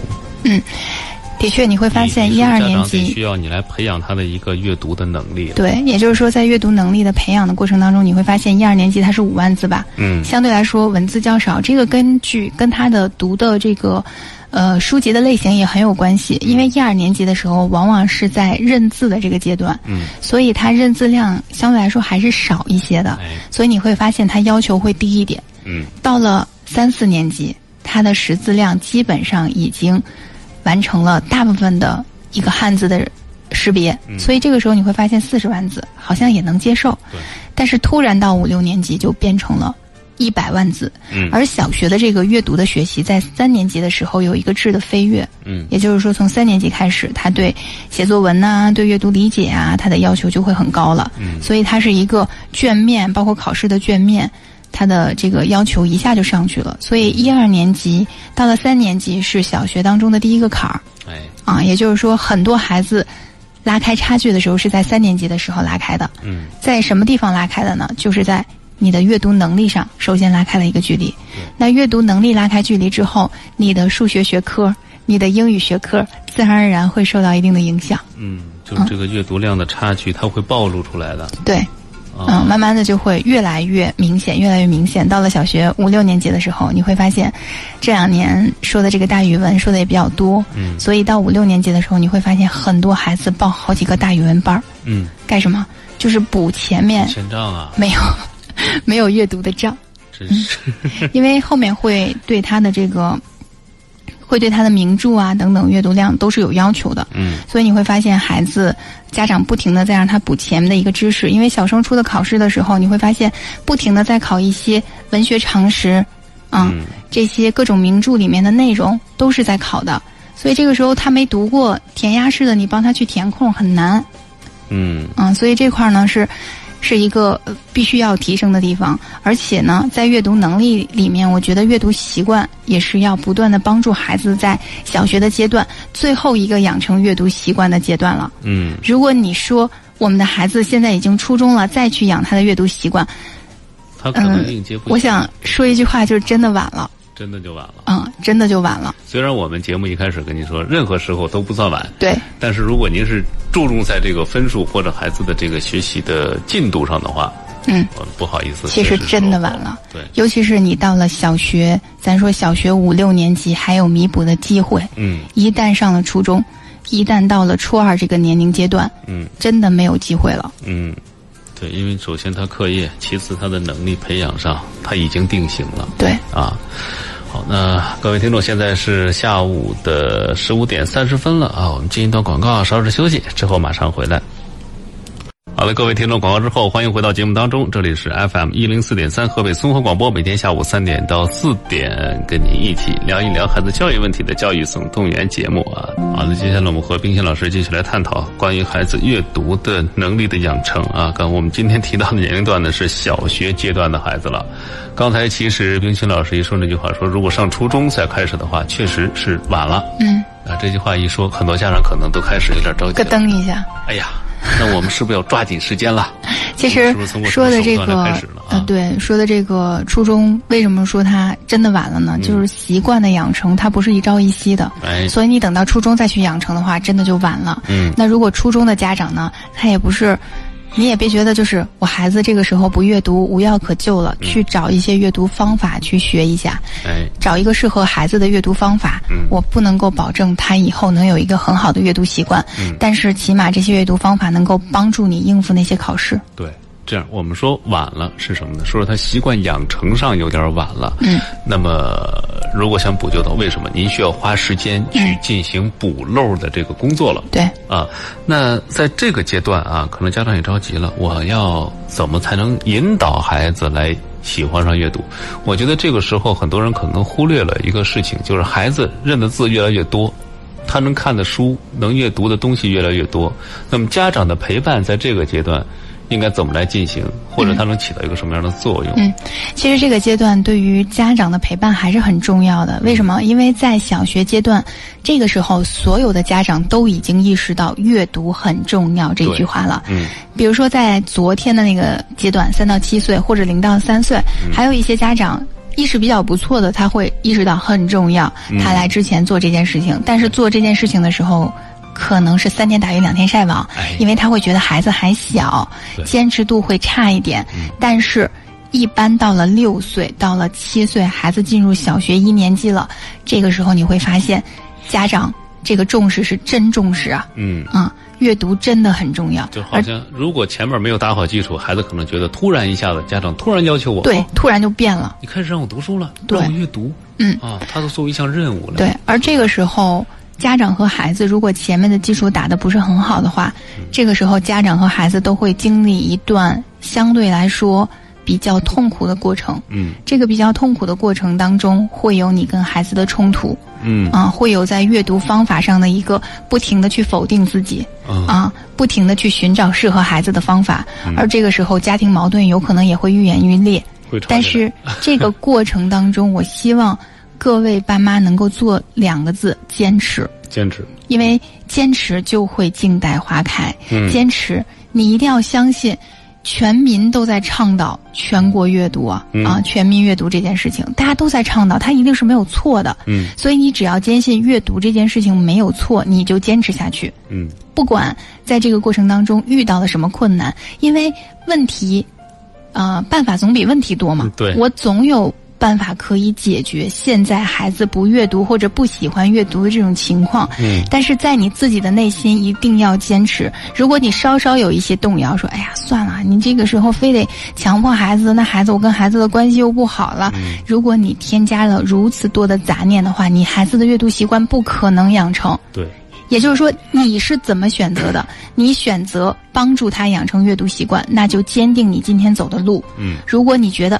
Speaker 2: 的确，你会发现
Speaker 1: 你
Speaker 2: 一
Speaker 1: 你是
Speaker 2: 二
Speaker 1: 家
Speaker 2: 年
Speaker 1: 长得
Speaker 2: 级
Speaker 1: 需要你来培养他的一个阅读的能力了。
Speaker 2: 对，也就是说，在阅读能力的培养的过程当中，你会发现一二年级它是五万字吧，
Speaker 1: 嗯
Speaker 2: 相对来说文字较少。这个根据跟他的读的这个呃书籍的类型也很有关系，因为一二年级的时候往往是在认字的这个阶段，
Speaker 1: 嗯，
Speaker 2: 所以他认字量相对来说还是少一些的，
Speaker 1: 哎，
Speaker 2: 所以你会发现他要求会低一点。
Speaker 1: 嗯
Speaker 2: 到了三四年级，他的识字量基本上已经完成了大部分的一个汉字的识别，所以这个时候你会发现四十万字好像也能接受
Speaker 1: 对，
Speaker 2: 但是突然到五六年级就变成了。一百万字，
Speaker 1: 嗯
Speaker 2: 而小学的这个阅读的学习，在三年级的时候有一个质的飞跃，
Speaker 1: 嗯
Speaker 2: 也就是说，从三年级开始，他对写作文呐、对阅读理解啊，他的要求就会很高了。
Speaker 1: 嗯
Speaker 2: 所以它是一个卷面，包括考试的卷面，他的这个要求一下就上去了。所以一二年级到了三年级是小学当中的第一个坎儿
Speaker 1: 哎，
Speaker 2: 啊，也就是说，很多孩子拉开差距的时候是在三年级的时候拉开的。
Speaker 1: 嗯，
Speaker 2: 在什么地方拉开的呢？就是在你的阅读能力上，首先拉开了一个距离。那阅读能力拉开距离之后，你的数学学科、你的英语学科，自然而然会受到一定的影响。
Speaker 1: 嗯，就是这个阅读量的差距，它会暴露出来的。
Speaker 2: 对，
Speaker 1: 啊，
Speaker 2: 嗯，慢慢的就会越来越明显，越来越明显。到了小学五六年级的时候，你会发现，这两年说的这个大语文说的也比较多，
Speaker 1: 嗯
Speaker 2: 所以到五六年级的时候，你会发现很多孩子报好几个大语文班儿，
Speaker 1: 嗯，
Speaker 2: 干什么？就是补前面
Speaker 1: 千丈啊，
Speaker 2: 没有 [LAUGHS] 没有阅读的账，
Speaker 1: 真是。
Speaker 2: 因为后面会对他的这个，会对他的名著啊等等阅读量都是有要求的。
Speaker 1: 嗯
Speaker 2: 所以你会发现，孩子家长不停的在让他补前面的一个知识，因为小升初的考试的时候，你会发现不停的在考一些文学常识，啊、
Speaker 1: 嗯
Speaker 2: 这些各种名著里面的内容都是在考的。所以这个时候他没读过填鸭式的，你帮他去填空很难，
Speaker 1: 嗯
Speaker 2: 嗯，所以这块儿呢是是一个呃必须要提升的地方，而且呢，在阅读能力里面，我觉得阅读习惯也是要不断的帮助孩子在小学的阶段最后一个养成阅读习惯的阶段了。
Speaker 1: 嗯
Speaker 2: 如果你说我们的孩子现在已经初中了，再去养他的阅读习惯，
Speaker 1: 他可能应接不起来
Speaker 2: 嗯我想说一句话，就是真的晚了，
Speaker 1: 真的就晚了。
Speaker 2: 嗯，真的就晚了。
Speaker 1: 虽然我们节目一开始跟您说，任何时候都不算晚，
Speaker 2: 对，
Speaker 1: 但是如果您是注重在这个分数或者孩子的这个学习的进度上的话，
Speaker 2: 嗯，
Speaker 1: 我不好意思，
Speaker 2: 其实
Speaker 1: 确是
Speaker 2: 真的
Speaker 1: 说
Speaker 2: 晚了。
Speaker 1: 对，
Speaker 2: 尤其是你到了小学，咱说小学五六年级还有弥补的机会，
Speaker 1: 嗯
Speaker 2: 一旦上了初中，一旦到了初二这个年龄阶段，
Speaker 1: 嗯
Speaker 2: 真的没有机会了。
Speaker 1: 嗯，对，因为首先他课业，其次他的能力培养上，他已经定型了。
Speaker 2: 对，
Speaker 1: 啊。好，那各位听众，现在是下午的十五点三十分了啊，我们进一段广告，稍事休息，之后马上回来。好的，各位听众，广告之后欢迎回到节目当中，这里是 FM 一零四点三河北综合广播，每天下午三点到四点，跟您一起聊一聊孩子教育问题的教育总动员节目啊。好的，接下来我们和冰心老师继续来探讨关于孩子阅读的能力的养成啊。刚我们今天提到的年龄段呢是小学阶段的孩子了。刚才其实冰心老师一说那句话说，如果上初中才开始的话，确实是晚了
Speaker 2: 嗯，
Speaker 1: 啊。这句话一说，很多家长可能都开始有点着急了。
Speaker 2: 咯噔一下。
Speaker 1: 哎呀，那我们是不是要抓紧时间了？
Speaker 2: 其实
Speaker 1: 嗯是不是从我
Speaker 2: 说的这
Speaker 1: 手段
Speaker 2: 个
Speaker 1: 来开始了啊，
Speaker 2: 呃，对，说的这个初中，为什么说它真的晚了呢？就是习惯的养成，它不是一朝一夕的。
Speaker 1: [LAUGHS] 嗯哎，
Speaker 2: 所以你等到初中再去养成的话，真的就晚了。
Speaker 1: 嗯
Speaker 2: 那如果初中的家长呢，他也不是，你也别觉得就是我孩子这个时候不阅读无药可救
Speaker 1: 嗯
Speaker 2: 了，去找一些阅读方法去学一下。
Speaker 1: 哎，
Speaker 2: 找一个适合孩子的阅读方法。
Speaker 1: 嗯
Speaker 2: 我不能够保证他以后能有一个很好的阅读习惯，
Speaker 1: 嗯
Speaker 2: 但是起码这些阅读方法能够帮助你应付那些考试。
Speaker 1: 对，这样我们说晚了是什么呢？说是他习惯养成上有点晚了。
Speaker 2: 嗯，
Speaker 1: 那么如果想补救到，为什么您需要花时间去进行补漏的这个工作了？
Speaker 2: 对，
Speaker 1: 啊，那在这个阶段啊，可能家长也着急了，我要怎么才能引导孩子来喜欢上阅读？我觉得这个时候很多人可能忽略了一个事情，就是孩子认的字越来越多，他能看的书、能阅读的东西越来越多，那么家长的陪伴在这个阶段应该怎么来进行，或者它能起到一个什么样的作用？
Speaker 2: 嗯，其实这个阶段对于家长的陪伴还是很重要
Speaker 1: 嗯
Speaker 2: 的。为什么？因为在小学阶段，这个时候所有的家长都已经意识到阅读很重要这句话了。
Speaker 1: 嗯
Speaker 2: 比如说在昨天的那个阶段，三到七岁或者零到三岁，
Speaker 1: 嗯
Speaker 2: 还有一些家长。意识比较不错的，他会意识到很重要，
Speaker 1: 嗯
Speaker 2: 他来之前做这件事情，但是做这件事情的时候，可能是三天打鱼两天晒网，
Speaker 1: 哎
Speaker 2: 因为他会觉得孩子还小
Speaker 1: 对，嗯
Speaker 2: 坚持度会差一点，但是。一般到了六岁，到了七岁，孩子进入小学一年级了，这个时候你会发现，家长这个重视是真重视啊，
Speaker 1: 嗯。
Speaker 2: 啊、阅读真的很重要，
Speaker 1: 就好像，如果前面没有打好基础，孩子可能觉得突然一下子，家长突然要求我，哦
Speaker 2: 对，突然就变了，
Speaker 1: 你开始让我读书了，
Speaker 2: 对
Speaker 1: 让我阅读，
Speaker 2: 嗯
Speaker 1: 啊，它都作为一项任务了，
Speaker 2: 对，而这个时候。家长和孩子如果前面的基础打得不是很好的话，这个时候家长和孩子都会经历一段相对来说比较痛苦的过程。
Speaker 1: 嗯
Speaker 2: 这个比较痛苦的过程当中，会有你跟孩子的冲突
Speaker 1: 嗯
Speaker 2: 啊，会有在阅读方法上的一个不停的去否定自己
Speaker 1: 啊
Speaker 2: 啊，不停的去寻找适合孩子的方法，而这个时候家庭矛盾有可能也会愈演愈烈。
Speaker 1: 会吵起来。
Speaker 2: 但是
Speaker 1: [LAUGHS]
Speaker 2: 这个过程当中，我希望各位爸妈能够做两个字：坚持。
Speaker 1: 坚持，
Speaker 2: 因为坚持就会静待花开。
Speaker 1: 嗯
Speaker 2: 坚持，你一定要相信，全民都在倡导全国阅读啊、
Speaker 1: 嗯
Speaker 2: 啊，全民阅读这件事情，大家都在倡导，它一定是没有错的。
Speaker 1: 嗯
Speaker 2: 所以你只要坚信阅读这件事情没有错，你就坚持下去。
Speaker 1: 嗯
Speaker 2: 不管在这个过程当中遇到了什么困难，因为问题，呃，办法总比问题多嘛
Speaker 1: 嗯。对
Speaker 2: 我总有办法可以解决现在孩子不阅读或者不喜欢阅读的这种情况。
Speaker 1: 嗯
Speaker 2: 但是在你自己的内心一定要坚持。如果你稍稍有一些动摇，说“哎呀，算了，你这个时候非得强迫孩子，那孩子我跟孩子的关系又不好了。
Speaker 1: 嗯
Speaker 2: 如果你添加了如此多的杂念的话，你孩子的阅读习惯不可能养成。
Speaker 1: 对，
Speaker 2: 也就是说，你是怎么选择的？你选择帮助他养成阅读习惯，那就坚定你今天走的路。
Speaker 1: 嗯
Speaker 2: 如果你觉得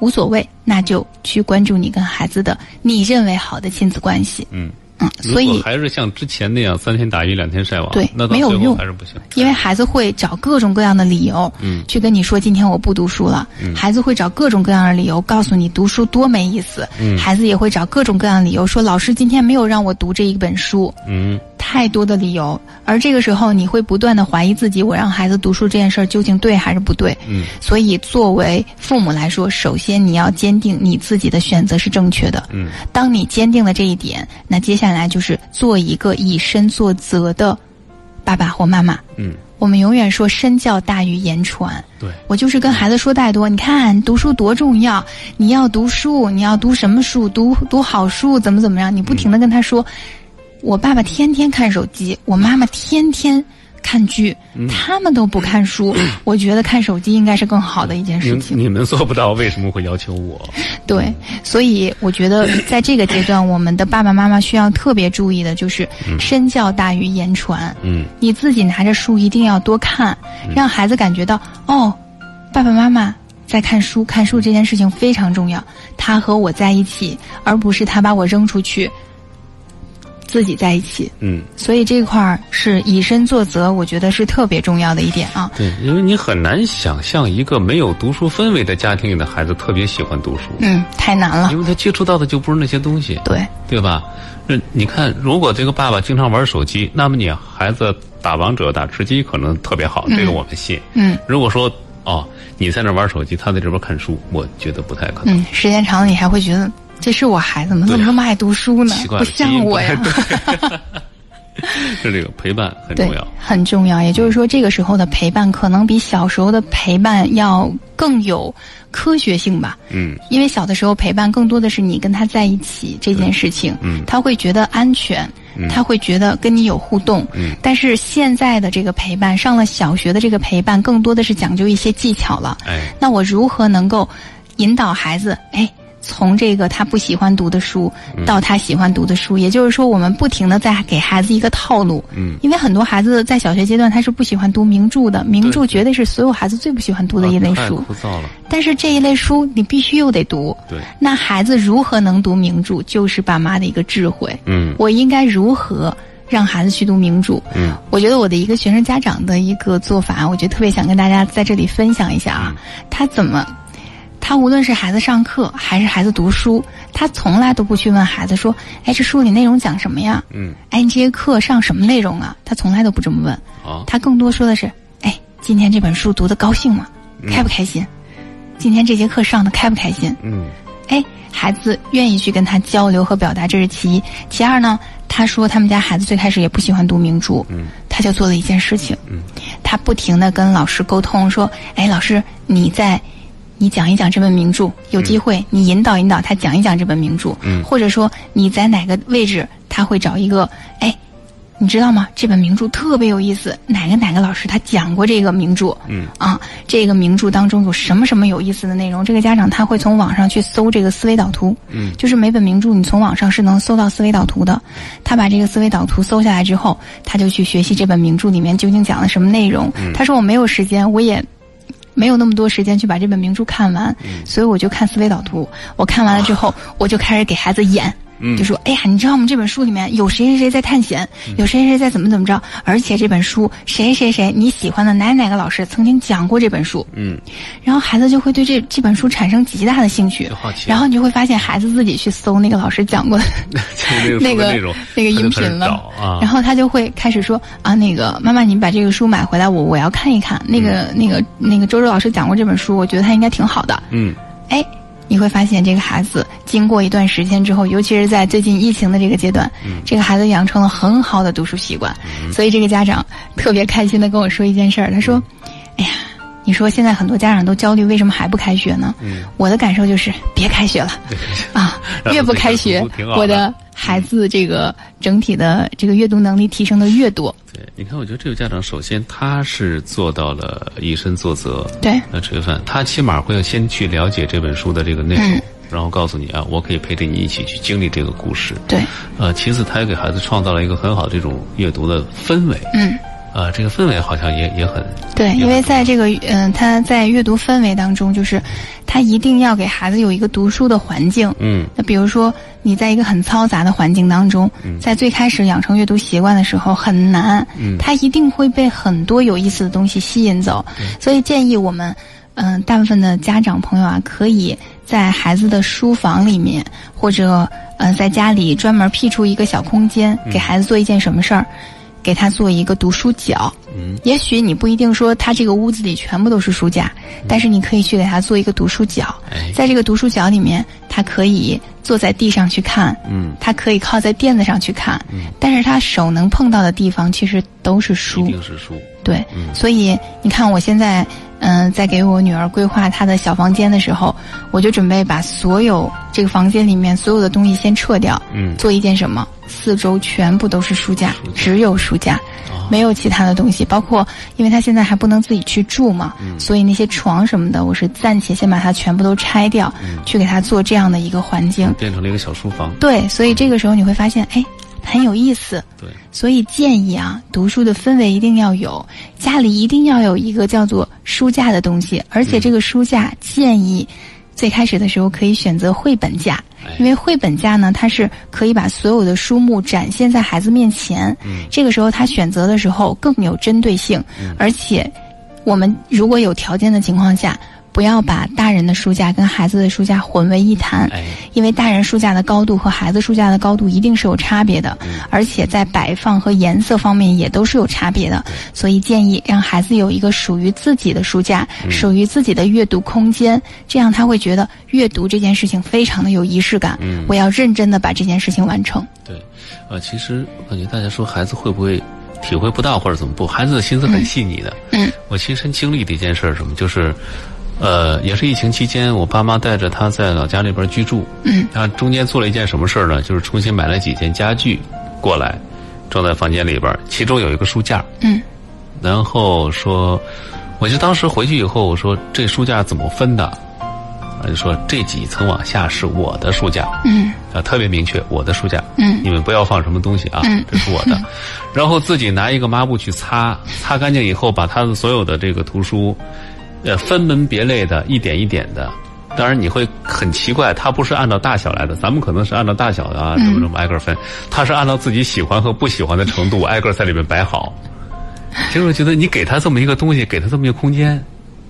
Speaker 2: 无所谓，那就去关注你跟孩子的你认为好的亲子关系。
Speaker 1: 嗯。
Speaker 2: 嗯，
Speaker 1: 如
Speaker 2: 所
Speaker 1: 果
Speaker 2: 以
Speaker 1: 还是像之前那样三天打鱼两天晒网，
Speaker 2: 对
Speaker 1: 那到
Speaker 2: 没有
Speaker 1: 最后
Speaker 2: 用
Speaker 1: 还是不行。
Speaker 2: 因为孩子会找各种各样的理由，
Speaker 1: 嗯
Speaker 2: 去跟你说今天我不读书了。孩子会找各种各样的理由告诉你读书多没意思。
Speaker 1: 嗯
Speaker 2: 孩子也会找各种各样的理由说老师今天没有让我读这一本书。
Speaker 1: 嗯
Speaker 2: 太多的理由，而这个时候你会不断的怀疑自己，我让孩子读书这件事儿究竟对还是不对？
Speaker 1: 嗯，
Speaker 2: 所以作为父母来说，首先你要坚定你自己的选择是正确的。
Speaker 1: 嗯，
Speaker 2: 当你坚定了这一点，那接下来就是做一个以身作则的爸爸或妈妈。
Speaker 1: 嗯，
Speaker 2: 我们永远说身教大于言传。
Speaker 1: 对，
Speaker 2: 我就是跟孩子说太多，你看读书多重要，你要读书，你要读什么书，读读好书，怎么怎么样，你不停的跟他说。我爸爸天天看手机，我妈妈天天看剧，他们都不看书。我觉得看手机应该是更好的一件事
Speaker 1: 你
Speaker 2: 情。
Speaker 1: 你们做不到，为什么会要求我？
Speaker 2: 对，所以我觉得在这个阶段，我们的爸爸妈妈需要特别注意的就是身教大于言传。
Speaker 1: 嗯
Speaker 2: 你自己拿着书一定要多看，让孩子感觉到哦，爸爸妈妈在看书，看书这件事情非常重要。他和我在一起，而不是他把我扔出去，自己在一起。
Speaker 1: 嗯，
Speaker 2: 所以这块儿是以身作则，我觉得是特别重要的一点啊。
Speaker 1: 对，因为你很难想象一个没有读书氛围的家庭里的孩子特别喜欢读书，
Speaker 2: 嗯，太难了
Speaker 1: 因。为他接触到的就不是那些东西，
Speaker 2: 对，
Speaker 1: 对吧？那你看，如果这个爸爸经常玩手机，那么你孩子打王者、打吃鸡可能特别好，这个我们信。
Speaker 2: 嗯
Speaker 1: 如果说哦，你在那玩手机，他在这边看书，我觉得不太可能。
Speaker 2: 嗯，时间长了你还会觉得这是我孩子吗？怎么那么爱读书呢
Speaker 1: [LAUGHS] 奇？怪
Speaker 2: 嗯不
Speaker 1: 了基因
Speaker 2: 像
Speaker 1: 不
Speaker 2: 我
Speaker 1: 太
Speaker 2: 呀。 [LAUGHS]
Speaker 1: 是这个陪伴很
Speaker 2: 对
Speaker 1: 重要。，
Speaker 2: 很重要。也就是说，这个时候的陪伴可能比小时候的陪伴要更有科学性吧。
Speaker 1: 嗯
Speaker 2: 因为小的时候陪伴更多的是你跟他在一起这件事情，
Speaker 1: 嗯
Speaker 2: 他会觉得安全，他会觉得跟你有互动。
Speaker 1: 嗯
Speaker 2: 但是现在的这个陪伴，上了小学的这个陪伴，更多的是讲究一些技巧了。
Speaker 1: 哎，
Speaker 2: 那我如何能够引导孩子？哎，从这个他不喜欢读的书
Speaker 1: 嗯
Speaker 2: 到他喜欢读的书，也就是说，我们不停的在给孩子一个套路。
Speaker 1: 嗯，
Speaker 2: 因为很多孩子在小学阶段他是不喜欢读名著的，名
Speaker 1: 对
Speaker 2: 著绝对是所有孩子最不喜欢读的一类
Speaker 1: 啊太
Speaker 2: 书。
Speaker 1: 枯燥了。
Speaker 2: 但是这一类书你必须又得读。
Speaker 1: 对，
Speaker 2: 那孩子如何能读名著，就是爸妈的一个智慧。
Speaker 1: 嗯
Speaker 2: 我应该如何让孩子去读名著？
Speaker 1: 嗯
Speaker 2: 我觉得我的一个学生家长的一个做法，我觉得特别想跟大家在这里分享一下啊。
Speaker 1: 嗯
Speaker 2: 他怎么，他无论是孩子上课还是孩子读书，他从来都不去问孩子说：“哎，这书里内容讲什么呀？
Speaker 1: 嗯，
Speaker 2: 哎，你这节课上什么内容啊？”他从来都不这么问，
Speaker 1: 好，
Speaker 2: 他更多说的是：“哎，今天这本书读的高兴吗？开不开心？今天这节课上的开不开心？”
Speaker 1: 嗯
Speaker 2: 哎，孩子愿意去跟他交流和表达，这是其一。其二呢，他说他们家孩子最开始也不喜欢读名著，
Speaker 1: 嗯，
Speaker 2: 他就做了一件事情，
Speaker 1: 嗯，
Speaker 2: 他不停的跟老师沟通说，哎，老师，你在。你讲一讲这本名著，有机会你引导引导他讲一讲这本名著，
Speaker 1: 嗯
Speaker 2: 或者说你在哪个位置，他会找一个，哎，你知道吗？这本名著特别有意思，哪个哪个老师他讲过这个名著，
Speaker 1: 嗯
Speaker 2: 啊，这个名著当中有什么什么有意思的内容？这个家长他会从网上去搜这个思维导图，
Speaker 1: 嗯
Speaker 2: 就是每本名著你从网上是能搜到思维导图的。他把这个思维导图搜下来之后，他就去学习这本名著里面究竟讲了什么内容。他说我没有时间，我也。没有那么多时间去把这本名著看完，所以我就看思维导图。我看完了之后，我就开始给孩子演，
Speaker 1: 嗯
Speaker 2: 就说哎呀，你知道吗？这本书里面有谁谁谁在探险，有谁谁谁在怎么怎么着，而且这本书谁谁谁你喜欢的哪哪个老师曾经讲过这本书，
Speaker 1: 嗯，
Speaker 2: 然后孩子就会对这这本书产生极大的兴趣
Speaker 1: 就好奇，啊
Speaker 2: 然后你就会发现孩子自己去搜那个老师讲过的
Speaker 1: [LAUGHS] 就是那
Speaker 2: 那
Speaker 1: 个
Speaker 2: 个
Speaker 1: 书的内容
Speaker 2: 那个
Speaker 1: 他就
Speaker 2: 音
Speaker 1: 开始
Speaker 2: 频了
Speaker 1: 找啊，
Speaker 2: 然后他就会开始说啊，那个妈妈，你把这个书买回来，我我要看一看。那个、那个那个周周老师讲过这本书，我觉得他应该挺好的。
Speaker 1: 嗯
Speaker 2: 哎，你会发现这个孩子经过一段时间之后，尤其是在最近疫情的这个阶段，
Speaker 1: 嗯
Speaker 2: 这个孩子养成了很好的读书习惯。所以这个家长特别开心的跟我说一件事儿，他说：“
Speaker 1: 嗯
Speaker 2: 哎呀，你说现在很多家长都焦虑，为什么还不开学呢？”
Speaker 1: 嗯，
Speaker 2: 我的感受就是别开学了。
Speaker 1: [LAUGHS]
Speaker 2: 啊，
Speaker 1: 然后
Speaker 2: 越不
Speaker 1: 这
Speaker 2: 开
Speaker 1: 个
Speaker 2: 学
Speaker 1: 读挺，好
Speaker 2: 我
Speaker 1: 的嗯
Speaker 2: 的孩子这个整体的这个阅读能力提升的越多。
Speaker 1: 对，你看，我觉得这个家长首先他是做到了以身作则，
Speaker 2: 对，
Speaker 1: 呃，吃个饭，他起码会先去了解这本书的这个内
Speaker 2: 嗯
Speaker 1: 容，然后告诉你啊，我可以陪着你一起去经历这个故事。
Speaker 2: 对，
Speaker 1: 呃，其次，他也给孩子创造了一个很好的这种阅读的氛围。
Speaker 2: 嗯，
Speaker 1: 呃，这个氛围好像也也很
Speaker 2: 对，因为在这个嗯、他在阅读氛围当中，就是他一定要给孩子有一个读书的环境。
Speaker 1: 嗯
Speaker 2: 那比如说，你在一个很嘈杂的环境当中，在最开始养成阅读习惯的时候很难，
Speaker 1: 嗯
Speaker 2: 他一定会被很多有意思的东西吸引走。所以建议我们，嗯、大部分的家长朋友啊，可以在孩子的书房里面，或者呃，在家里专门辟出一个小空间，
Speaker 1: 嗯
Speaker 2: 给孩子做一件什么事儿。给他做一个读书角，
Speaker 1: 嗯，
Speaker 2: 也许你不一定说他这个屋子里全部都是书架，
Speaker 1: 嗯
Speaker 2: 但是你可以去给他做一个读书角，
Speaker 1: 哎
Speaker 2: 在这个读书角里面，他可以坐在地上去看，
Speaker 1: 嗯，
Speaker 2: 他可以靠在垫子上去看，
Speaker 1: 嗯
Speaker 2: 但是他手能碰到的地方其实都是
Speaker 1: 一
Speaker 2: 书，
Speaker 1: 定是书。
Speaker 2: 对，
Speaker 1: 嗯
Speaker 2: 所以你看我现在，嗯、在给我女儿规划她的小房间的时候，我就准备把所有这个房间里面所有的东西先撤掉，
Speaker 1: 嗯
Speaker 2: 做一件什么？四周全部都是书架，
Speaker 1: 书架
Speaker 2: 只有书架，
Speaker 1: 哦
Speaker 2: 没有其他的东西。包括，因为他现在还不能自己去住嘛，所以那些床什么的，我是暂且先把它全部都拆掉，去给他做这样的一个环境。
Speaker 1: 哦变成了一个小书房。
Speaker 2: 对，所以这个时候你会发现，哎，很有意思。
Speaker 1: 对，
Speaker 2: 所以建议啊，读书的氛围一定要有，家里一定要有一个叫做书架的东西，而且这个书架建议最开始的时候可以选择绘本架
Speaker 1: 哎。
Speaker 2: 因为绘本架呢，它是可以把所有的书目展现在孩子面前，这个时候他选择的时候更有针对性，而且我们如果有条件的情况下，不要把大人的书架跟孩子的书架混为一谈。
Speaker 1: 哎，
Speaker 2: 因为大人书架的高度和孩子书架的高度一定是有差别的，而且在摆放和颜色方面也都是有差别的，所以建议让孩子有一个属于自己的书架，属于自己的阅读空间，这样他会觉得阅读这件事情非常的有仪式感。
Speaker 1: 嗯
Speaker 2: 我要认真的把这件事情完成。
Speaker 1: 对，呃，其实我感觉大家说孩子会不会体会不到或者怎么不，孩子的心思很细腻的。
Speaker 2: 嗯，
Speaker 1: 我亲身经历的一件事儿是什么，就是，呃，也是疫情期间，我爸妈带着他在老家那边居住。
Speaker 2: 嗯，
Speaker 1: 他中间做了一件什么事儿呢？就是重新买了几件家具过来，装在房间里边儿，其中有一个书架。
Speaker 2: 嗯，
Speaker 1: 然后说，我就当时回去以后，我说这书架怎么分的？他就说这几层往下是我的书架。
Speaker 2: 嗯
Speaker 1: 啊，特别明确，我的书架，
Speaker 2: 嗯
Speaker 1: 你们不要放什么东西啊，
Speaker 2: 嗯
Speaker 1: 这是我的。然后自己拿一个抹布去擦，擦干净以后，把他的所有的这个图书，呃，分门别类的，一点一点的。当然你会很奇怪，他不是按照大小来的，咱们可能是按照大小的啊，怎么怎么
Speaker 2: 嗯
Speaker 1: 挨个分，他是按照自己喜欢和不喜欢的程度挨个在里面摆好。其实我觉得你给他这么一个东西，给他这么一个空间，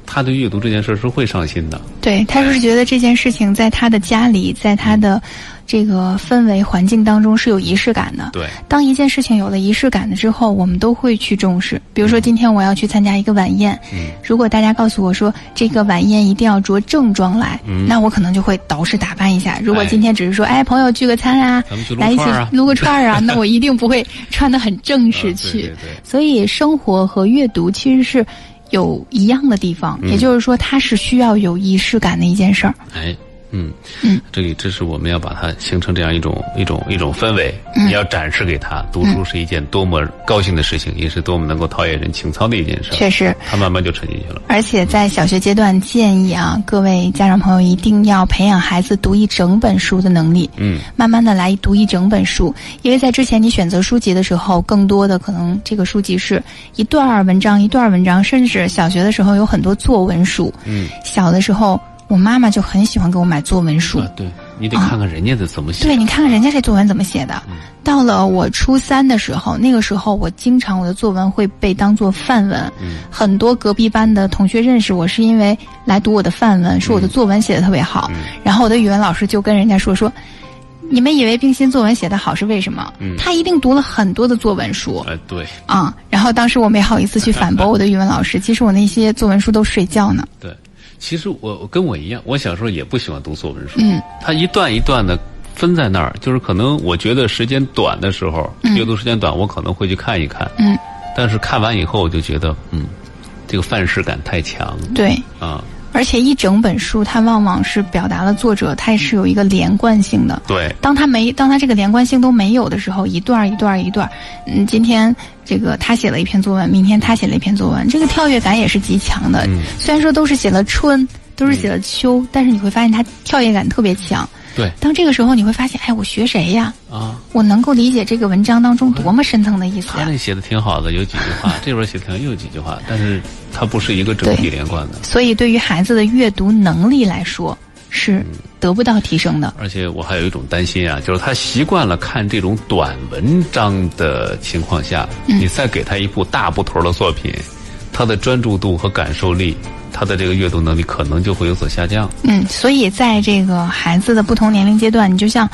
Speaker 1: 他对阅读这件事是会上心的。
Speaker 2: 对，他是觉得这件事情在他的家里，在他的这个氛围环境当中是有仪式感的。
Speaker 1: 对，
Speaker 2: 当一件事情有了仪式感了之后，我们都会去重视。比
Speaker 1: 嗯
Speaker 2: 如说，今天我要去参加一个晚宴，如果大家告诉我说这个晚宴一定要着正装来，那我可能就会捯饬打扮一下。如
Speaker 1: 嗯
Speaker 2: 果
Speaker 1: 哎
Speaker 2: 今天只是说，哎，朋友聚个餐啊
Speaker 1: 咱们去，撸
Speaker 2: 来一起
Speaker 1: 串儿啊
Speaker 2: 撸个串儿
Speaker 1: [LAUGHS]
Speaker 2: 啊，那我一定不会穿得很正
Speaker 1: 啊
Speaker 2: 式
Speaker 1: 对
Speaker 2: 去。
Speaker 1: 对对
Speaker 2: 所以，生活和阅读其实是有一样的地
Speaker 1: 嗯
Speaker 2: 方，也就是说，它是需要有仪式感的一件事儿。
Speaker 1: 哎，嗯，
Speaker 2: 嗯，
Speaker 1: 这里这是我们要把它形成这样一种一种一种氛围，
Speaker 2: 嗯
Speaker 1: 你要展示给他，读书是一件多么高兴的事情，也是多么能够陶冶人情操的一件事儿。
Speaker 2: 确实，
Speaker 1: 他慢慢就沉进去了。
Speaker 2: 而且在小学阶段，建议啊，各位家长朋友一定要培养孩子读一整本书的能力。
Speaker 1: 嗯，
Speaker 2: 慢慢的来读一整本书，因为在之前你选择书籍的时候，更多的可能这个书籍是一段儿文章一段儿文章，甚至小学的时候有很多作文书。
Speaker 1: 嗯，
Speaker 2: 小的时候，我妈妈就很喜欢给我买作文书。
Speaker 1: 啊对，你得看看人家的怎么写。
Speaker 2: 对，你看看人家这作文怎么写的。到了我初三的时候，那个时候我经常我的作文会被当做范文，很多隔壁班的同学认识我是因为来读我的范文，说我的作文写的特别好。然后我的语文老师就跟人家说说。你们以为冰心作文写得好是为什么？他一定读了很多的作文书，
Speaker 1: 呃，对
Speaker 2: 啊、然后当时我没好意思去反驳我的语文老师，其实我那些作文书都睡觉呢。
Speaker 1: 对，其实我我跟我一样，我小时候也不喜欢读作文书，
Speaker 2: 嗯
Speaker 1: 它一段一段的分在那儿，就是可能我觉得时间短的时候，阅读时间短，我可能会去看一看，
Speaker 2: 嗯，
Speaker 1: 但是看完以后我就觉得，嗯，这个范式感太强
Speaker 2: 对，
Speaker 1: 啊，
Speaker 2: 而且一整本书它往往是表达了作者，它是有一个连贯性的。
Speaker 1: 对，
Speaker 2: 当他没当他这个连贯性都没有的时候，一段儿一段儿一段儿，嗯，今天这个他写了一篇作文，明天他写了一篇作文，这个跳跃感也是极强
Speaker 1: 哎
Speaker 2: 的。
Speaker 1: 嗯
Speaker 2: 虽然说都是写了春，都是写了秋，但是你会发现他跳跃感特别强。
Speaker 1: 对
Speaker 2: 当这个时候，你会发现，哎，我学谁呀？
Speaker 1: 啊，
Speaker 2: 我能够理解这个文章当中多么深层的意思啊
Speaker 1: 他
Speaker 2: 呀、
Speaker 1: 那写的挺好的，有几句 [LAUGHS] 话，这边写的挺好，又有几句话，但是它不是一个整体连贯的。
Speaker 2: 所以，对于孩子的阅读能力来说，是得不到提升的。
Speaker 1: 而且我还有一种担心啊，就是他习惯了看这种短文章的情况下，你再给他一部大部头的作品，他的专注度和感受力，他的这个阅读能力可能就会有所下降。
Speaker 2: 嗯，所以在这个孩子的不同年龄阶段，你就像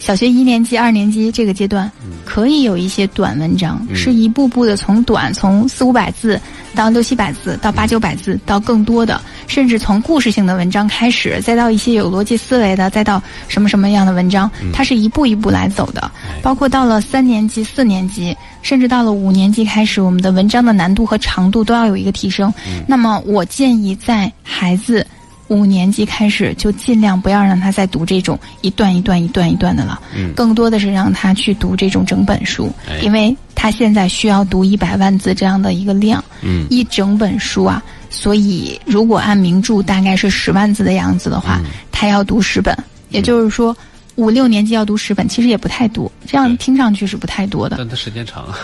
Speaker 2: 小学一年级、二年级这个阶段，可以有一些短文章，是一步步的从短，从四五百字到六七百字，到八九百字，到更多的，甚至从故事性的文章开始，再到一些有逻辑思维的，再到什么什么样的文章，它是一步一步来走的。包括到了三年级、四年级，甚至到了五年级开始，我们的文章的难度和长度都要有一个提升。那么，我建议在孩子。五年级开始就尽量不要让他再读这种一段一段一段一段的了，更多的是让他去读这种整本书，
Speaker 1: 哎
Speaker 2: 因为他现在需要读一百万字这样的一个量，
Speaker 1: 嗯
Speaker 2: 一整本书啊，所以如果按名著大概是十万字的样子的话，他要读十本，也就是说五六年级要读十本，其实也不太多，这样
Speaker 1: 对
Speaker 2: 听上去是不太
Speaker 1: [LAUGHS]
Speaker 2: 多的，嗯
Speaker 1: 但他时间长啊，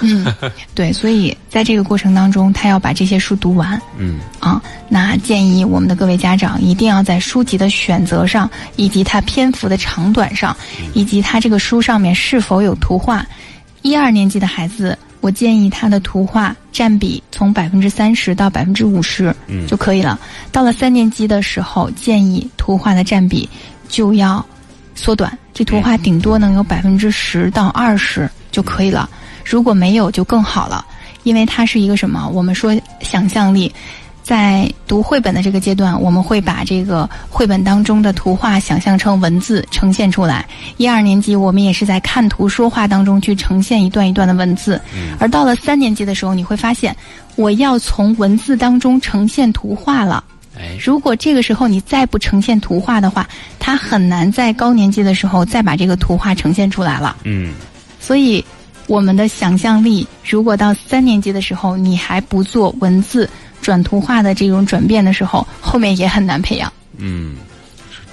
Speaker 2: 对，所以在这个过程当中，他要把这些书读完，
Speaker 1: 嗯，
Speaker 2: 啊，那建议我们的各位家长一定要在书籍的选择上，以及它篇幅的长短上，以及它这个书上面是否有图画。一二年级的孩子，我建议他的图画占比从百分之三十到百分之五十就可以了。到了三年级的时候，建议图画的占比就要缩短，这图画顶多能有百分之十到二十就可以了。如果没有就更好了，因为它是一个什么？我们说想象力，在读绘本的这个阶段，我们会把这个绘本当中的图画想象成文字呈现出来。一二年级我们也是在看图说话当中去呈现一段一段的文字，而到了三年级的时候，你会发现我要从文字当中呈现图画了。
Speaker 1: 哎，
Speaker 2: 如果这个时候你再不呈现图画的话，他很难在高年级的时候再把这个图画呈现出来了。
Speaker 1: 嗯，
Speaker 2: 所以，我们的想象力如果到三年级的时候你还不做文字转图画的这种转变的时候，后面也很难培养。
Speaker 1: 嗯，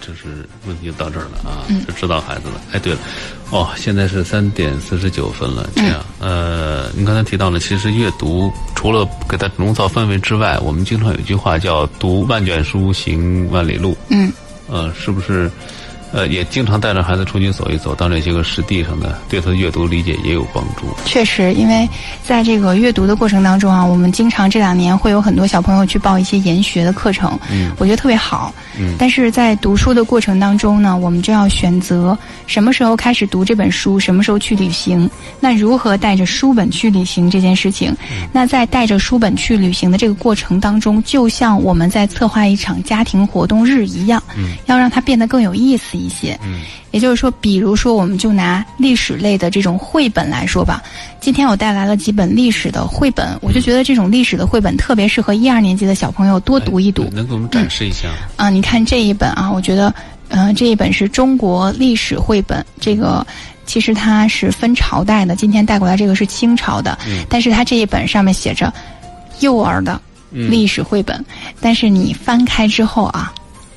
Speaker 1: 这这是问题就到这儿了啊，
Speaker 2: 嗯
Speaker 1: 就知道孩子了。哎，对了，哦，现在是三点四十九分
Speaker 2: 嗯
Speaker 1: 了。这样，呃，您刚才提到了，其实阅读除了给它笼罩范围之外，我们经常有一句话叫“读万卷书，行万里路”。
Speaker 2: 嗯，
Speaker 1: 呃，是不是？呃，也经常带着孩子出去走一走，到这些个实地上的，对他的阅读理解也有帮助。
Speaker 2: 确实，因为在这个阅读的过程当中啊，我们经常这两年会有很多小朋友去报一些研学的课程，
Speaker 1: 嗯
Speaker 2: 我觉得特别好。
Speaker 1: 嗯
Speaker 2: 但是在读书的过程当中呢，我们就要选择什么时候开始读这本书，什么时候去旅行。那如何带着书本去旅行这件事情？
Speaker 1: 嗯
Speaker 2: 那在带着书本去旅行的这个过程当中，就像我们在策划一场家庭活动日一样，
Speaker 1: 嗯
Speaker 2: 要让它变得更有意思一些。也就是说，比如说，我们就拿历史类的这种绘本来说吧。今天我带来了几本历史的绘本，我就觉得这种历史的绘本特别适合一二年级的小朋友多读一读
Speaker 1: 哎。能给我们展示一下？
Speaker 2: 啊，你看这一本啊，我觉得，呃，这一本是中国历史绘本，这个其实它是分朝代的，今天带过来这个是清朝的，但是它这一本上面写着幼儿的
Speaker 1: 嗯
Speaker 2: 历史绘本，但是你翻开之后啊，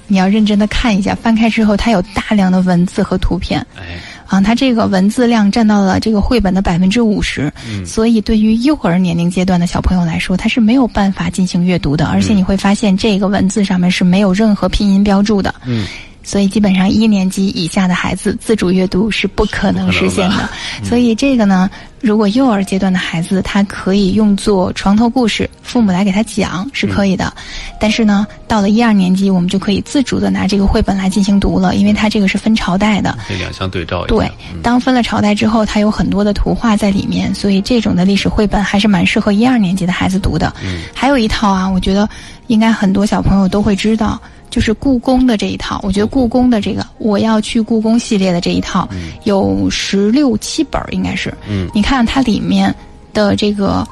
Speaker 2: 你要认真的看一下，翻开之后它有大量的文字和图片，
Speaker 1: 哎，
Speaker 2: 啊，它这个文字量占到了这个绘本的百分之五十，所以对于幼儿年龄阶段的小朋友来说，他是没有办嗯法进行阅读的，而且你会发现这个文字上面是没有任何拼音标注的，
Speaker 1: 嗯
Speaker 2: 所以基本上一年级以下的孩子自主阅读是不可能实现
Speaker 1: 不可
Speaker 2: 的。嗯所以这个呢，如果幼儿阶段的孩子，他可以用作床头故事，父母来给他讲是可以的。但是呢，到了一二年级，我们就可以自主的拿这个绘本来进行读了，因为它这个是分朝代的。
Speaker 1: 这两相对照一下。
Speaker 2: 对，当分了朝代之后，它有很多的图画在里面，所以这种的历史绘本还是蛮适合一二年级的孩子读的。还有一套啊，我觉得应该很多小朋友都会知道，就是故宫的这一套。我觉得故宫的这个“我要去故宫”系列的这一套，有十六七本儿应该是。
Speaker 1: 嗯
Speaker 2: 你看它里面的这个。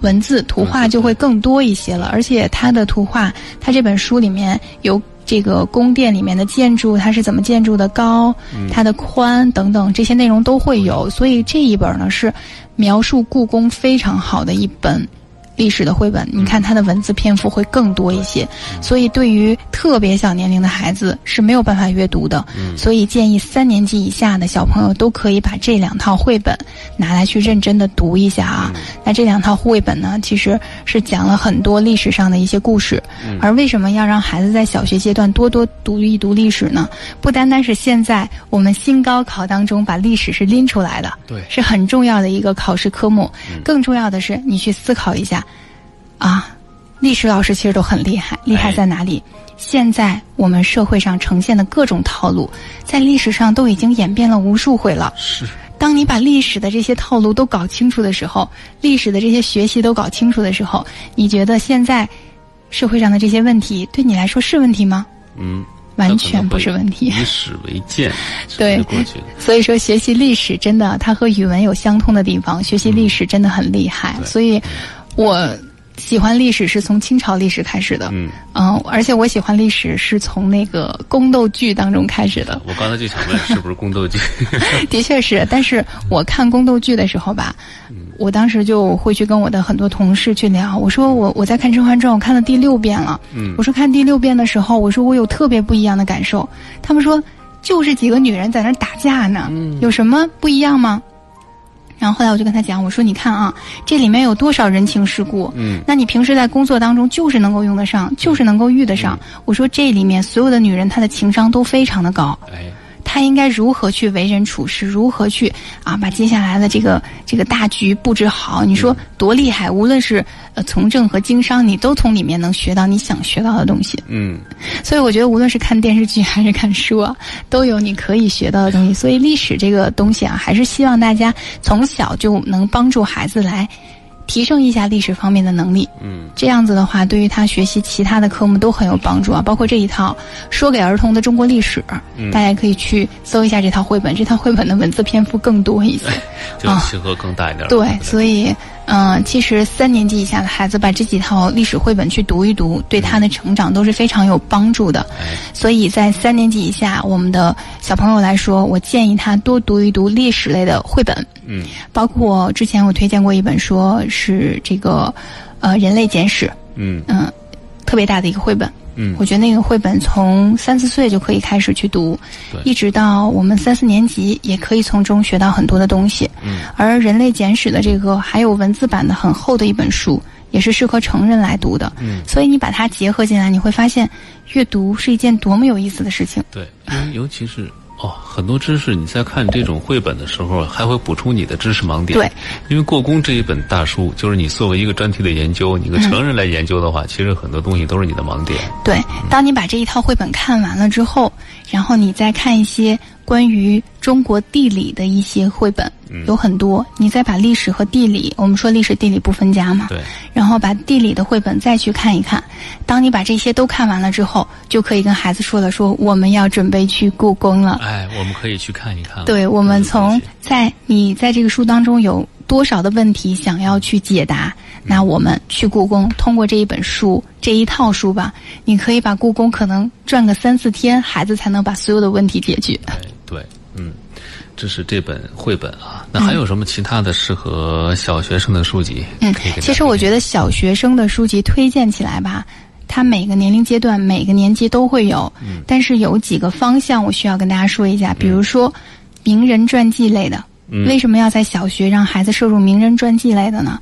Speaker 2: 文字图画就会更多一些了，而且它的图画，它这本书里面有这个宫殿里面的建筑，它是怎么建筑的高，它的宽等等这些内容都会有，所以这一本呢是描述故宫非常好的一本。历史的绘本，你看它的文字篇幅会更多一些，所以对于特别小年龄的孩子是没有办法阅读的。所以建议三年级以下的小朋友都可以把这两套绘本拿来去认真的读一下啊。那这两套绘本呢，其实是讲了很多历史上的一些故事。而为什么要让孩子在小学阶段多多读一读历史呢？不单单是现在我们新高考当中把历史是拎出来的，
Speaker 1: 对
Speaker 2: 是很重要的一个考试科目。更重要的是，你去思考一下，啊，历史老师其实都很厉害，厉害在哪里？现在我们社会上呈现的各种套路，在历史上都已经演变了无数回了。
Speaker 1: 是
Speaker 2: 当你把历史的这些套路都搞清楚的时候，历史的这些学习都搞清楚的时候，你觉得现在社会上的这些问题对你来说是问题吗？
Speaker 1: 嗯，
Speaker 2: 完全不是问题。 [LAUGHS]
Speaker 1: 以史为鉴，
Speaker 2: 对
Speaker 1: 是过去
Speaker 2: [LAUGHS]
Speaker 1: 的。
Speaker 2: 所以说，学习历史真的，它和语文有相通的地方。学习历史真的很厉害，
Speaker 1: 对
Speaker 2: 所以我喜欢历史是从清朝历史开始的。
Speaker 1: 嗯，
Speaker 2: 嗯，而且我喜欢历史是从那个宫斗剧当中开始的。
Speaker 1: 我刚才就想问，是不是宫斗
Speaker 2: [LAUGHS]
Speaker 1: 剧？
Speaker 2: 的确是，但是我看宫斗剧的时候吧，我当时就会去跟我的很多同事去聊，我说我我在看《甄嬛传》，我看了第六遍了。
Speaker 1: 嗯
Speaker 2: 我说看第六遍的时候，我说我有特别不一样的感受。他们说就是几个女人在那儿打架呢，有什么不一样吗？然后后来我就跟他讲，我说你看啊，这里面有多少人情世故，
Speaker 1: 嗯，
Speaker 2: 那你平时在工作当中就是能够用得上，就是能够遇得上。我说这里面所有的女人，她的情商都非常的高，
Speaker 1: [LAUGHS] 哎，
Speaker 2: 他应该如何去为人处事，如何去啊把接下来的这个这个大局布置好？你说多厉害！无论是呃从政和经商，你都从里面能学到你想学到的东西。
Speaker 1: 嗯，
Speaker 2: 所以我觉得，无论是看电视剧还是看书啊， [LAUGHS] 都有你可以学到的东西。所以历史这个东西啊，还是希望大家从小就能帮助孩子来提升一下历史方面的能力。
Speaker 1: 嗯，
Speaker 2: 这样子的话，对于他学习其他的科目都很有帮助啊，包括这一套《说给儿童的中国历史》
Speaker 1: 嗯
Speaker 2: 大家可以去搜一下这套绘本，这套绘本的文字篇幅更多一些。
Speaker 1: 就
Speaker 2: 啊
Speaker 1: 适合更大一点儿。
Speaker 2: 对，所以，嗯、其实三年级以下的孩子把这几套历史绘本去读一读，对他的成长都是非常有帮助的。
Speaker 1: 哎，
Speaker 2: 所以在三年级以下，我们的小朋友来说，我建议他多读一读历史类的绘本，
Speaker 1: 嗯，
Speaker 2: 包括之前我推荐过一本，说是这个，呃，《人类简史》，
Speaker 1: 嗯，
Speaker 2: 嗯、特别大的一个绘本。
Speaker 1: 嗯
Speaker 2: 我觉得那个绘本从三四岁就可以开始去读
Speaker 1: 对，
Speaker 2: 一直到我们三四年级，也可以从中学到很多的东西。
Speaker 1: 嗯，
Speaker 2: 而《人类简史》的这个还有文字版的很厚的一本书，也是适合成人来读的。
Speaker 1: 嗯，
Speaker 2: 所以你把它结合进来，你会发现阅读是一件多么有意思的事情。
Speaker 1: 对，因为尤其是哦，很多知识你在看这种绘本的时候，还会补充你的知识盲点。
Speaker 2: 对，
Speaker 1: 因为故宫这一本大书，就是你作为一个专题的研究，
Speaker 2: 嗯
Speaker 1: 你一个成人来研究的话，其实很多东西都是你的盲点。
Speaker 2: 对，
Speaker 1: 嗯
Speaker 2: 当你把这一套绘本看完了之后，然后你再看一些关于中国地理的一些绘本，
Speaker 1: 嗯
Speaker 2: 有很多。你再把历史和地理，我们说历史地理不分家嘛， [LAUGHS]
Speaker 1: 对，
Speaker 2: 然后把地理的绘本再去看一看。当你把这些都看完了之后，就可以跟孩子说了说，我们要准备去故宫了。
Speaker 1: 哎，我们可以去看一看了。
Speaker 2: 对，我们从
Speaker 1: 嗯
Speaker 2: 在你在这个书当中有多少的问题想要去解答，那我们去故宫，通过这一本书这一套书吧，你可以把故宫可能转个三四天，孩子才能把所有的问题解决。
Speaker 1: 哎，对，嗯，这是这本绘本啊。那还有什么其他的适合小学生的书籍？
Speaker 2: 嗯
Speaker 1: 可以给大家
Speaker 2: 其实我觉得小学生的书籍推荐起来吧，它每个年龄阶段、每个年级都会有，
Speaker 1: 嗯
Speaker 2: 但是有几个方向我需要跟大家说一下，比如说名人传记类的，
Speaker 1: 嗯
Speaker 2: 为什么要在小学让孩子摄入名人传记类的呢？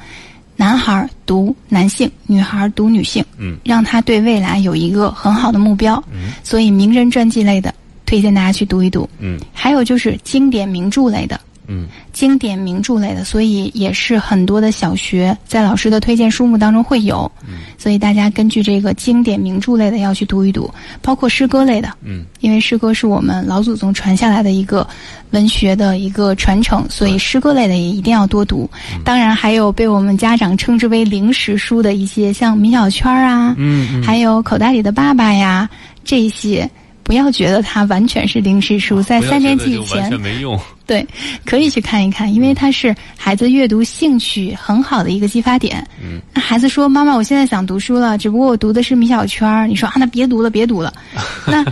Speaker 2: 男孩儿读男性，女孩儿读女性，
Speaker 1: 嗯
Speaker 2: 让他对未来有一个很好的目标。所以名人传记类的推荐大家去读一读。
Speaker 1: 嗯
Speaker 2: 还有就是经典名著类的，
Speaker 1: 嗯
Speaker 2: 经典名著类的，所以也是很多的小学在老师的推荐书目当中会有，所以大家根据这个经典名著类的要去读一读，包括诗歌类的，
Speaker 1: 嗯，
Speaker 2: 因为诗歌是我们老祖宗传下来的一个文学的一个传承，所以诗歌类的也一定要多读。
Speaker 1: 嗯
Speaker 2: 当然，还有被我们家长称之为零食书的一些，像米小圈儿啊，
Speaker 1: 嗯
Speaker 2: 还有口袋里的爸爸呀这些。不要觉得它完全是零食书，在三年级以
Speaker 1: 啊不要觉得就完
Speaker 2: 前
Speaker 1: 全，没用。
Speaker 2: 对，可以去看一看，因为它是孩子阅读兴趣很好的一个激发点。
Speaker 1: 嗯，
Speaker 2: 那孩子说：“妈妈，我现在想读书了，只不过我读的是米小圈儿。”你说：“啊，那别读了，别读了。” [LAUGHS] 那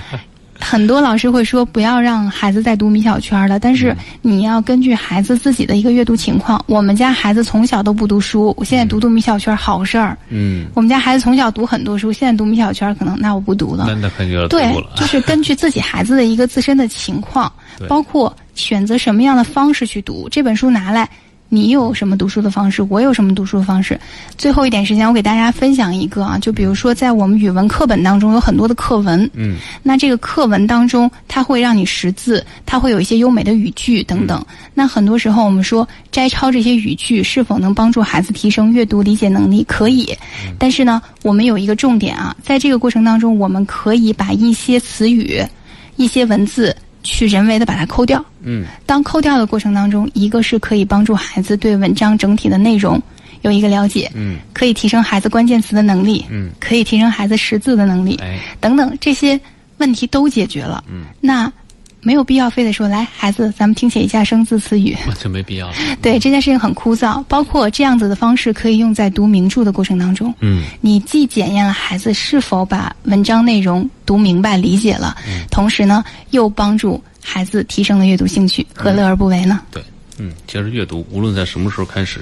Speaker 2: 很多老师会说：“不要让孩子再读米小圈儿了。”但是你要根据孩子自己的一个阅读情况。我们家孩子从小都不读书，我现在读读米小圈儿好事儿。
Speaker 1: 嗯，
Speaker 2: 我们家孩子从小读很多书，现在读米小圈儿可能那我不读了。
Speaker 1: 那那肯定要
Speaker 2: 对
Speaker 1: 吐，了。
Speaker 2: [LAUGHS] 就是根据自己孩子的一个自身的情况
Speaker 1: [LAUGHS] 对，
Speaker 2: 包括选择什么样的方式去读这本书拿来。你有什么读书的方式？我有什么读书的方式？最后一点时间，我给大家分享一个啊，就比如说在我们语文课本当中有很多的课文，
Speaker 1: 嗯
Speaker 2: 那这个课文当中，它会让你识字，它会有一些优美的语句等等。
Speaker 1: 嗯
Speaker 2: 那很多时候我们说摘抄这些语句是否能帮助孩子提升阅读理解能力，可以。但是呢，我们有一个重点啊，在这个过程当中，我们可以把一些词语、一些文字去人为的把它抠掉。
Speaker 1: 嗯
Speaker 2: 当抠掉的过程当中，一个是可以帮助孩子对文章整体的内容有一个了解，
Speaker 1: 嗯
Speaker 2: 可以提升孩子关键词的能力，
Speaker 1: 嗯，
Speaker 2: 可以提升孩子识字的能力。
Speaker 1: 哎，
Speaker 2: 等等这些问题都解决了，
Speaker 1: 嗯，
Speaker 2: 那没有必要非得说来孩子，咱们听写一下生字词语。
Speaker 1: 我就没必要了。
Speaker 2: 对这件事情很枯燥，包括这样子的方式可以用在读名著的过程当中。
Speaker 1: 嗯
Speaker 2: 你既检验了孩子是否把文章内容读明白理解了，同时呢又帮助孩子提升了阅读兴趣，何乐而不为呢？
Speaker 1: 对，嗯，其实阅读无论在什么时候开始，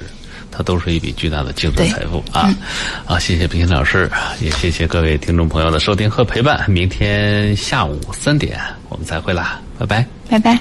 Speaker 1: 它都是一笔巨大的精神财富
Speaker 2: 嗯
Speaker 1: 啊！啊，谢谢冰心老师，啊也谢谢各位听众朋友的收听和陪伴。明天下午三点我们再会啦，拜拜。
Speaker 2: 拜拜。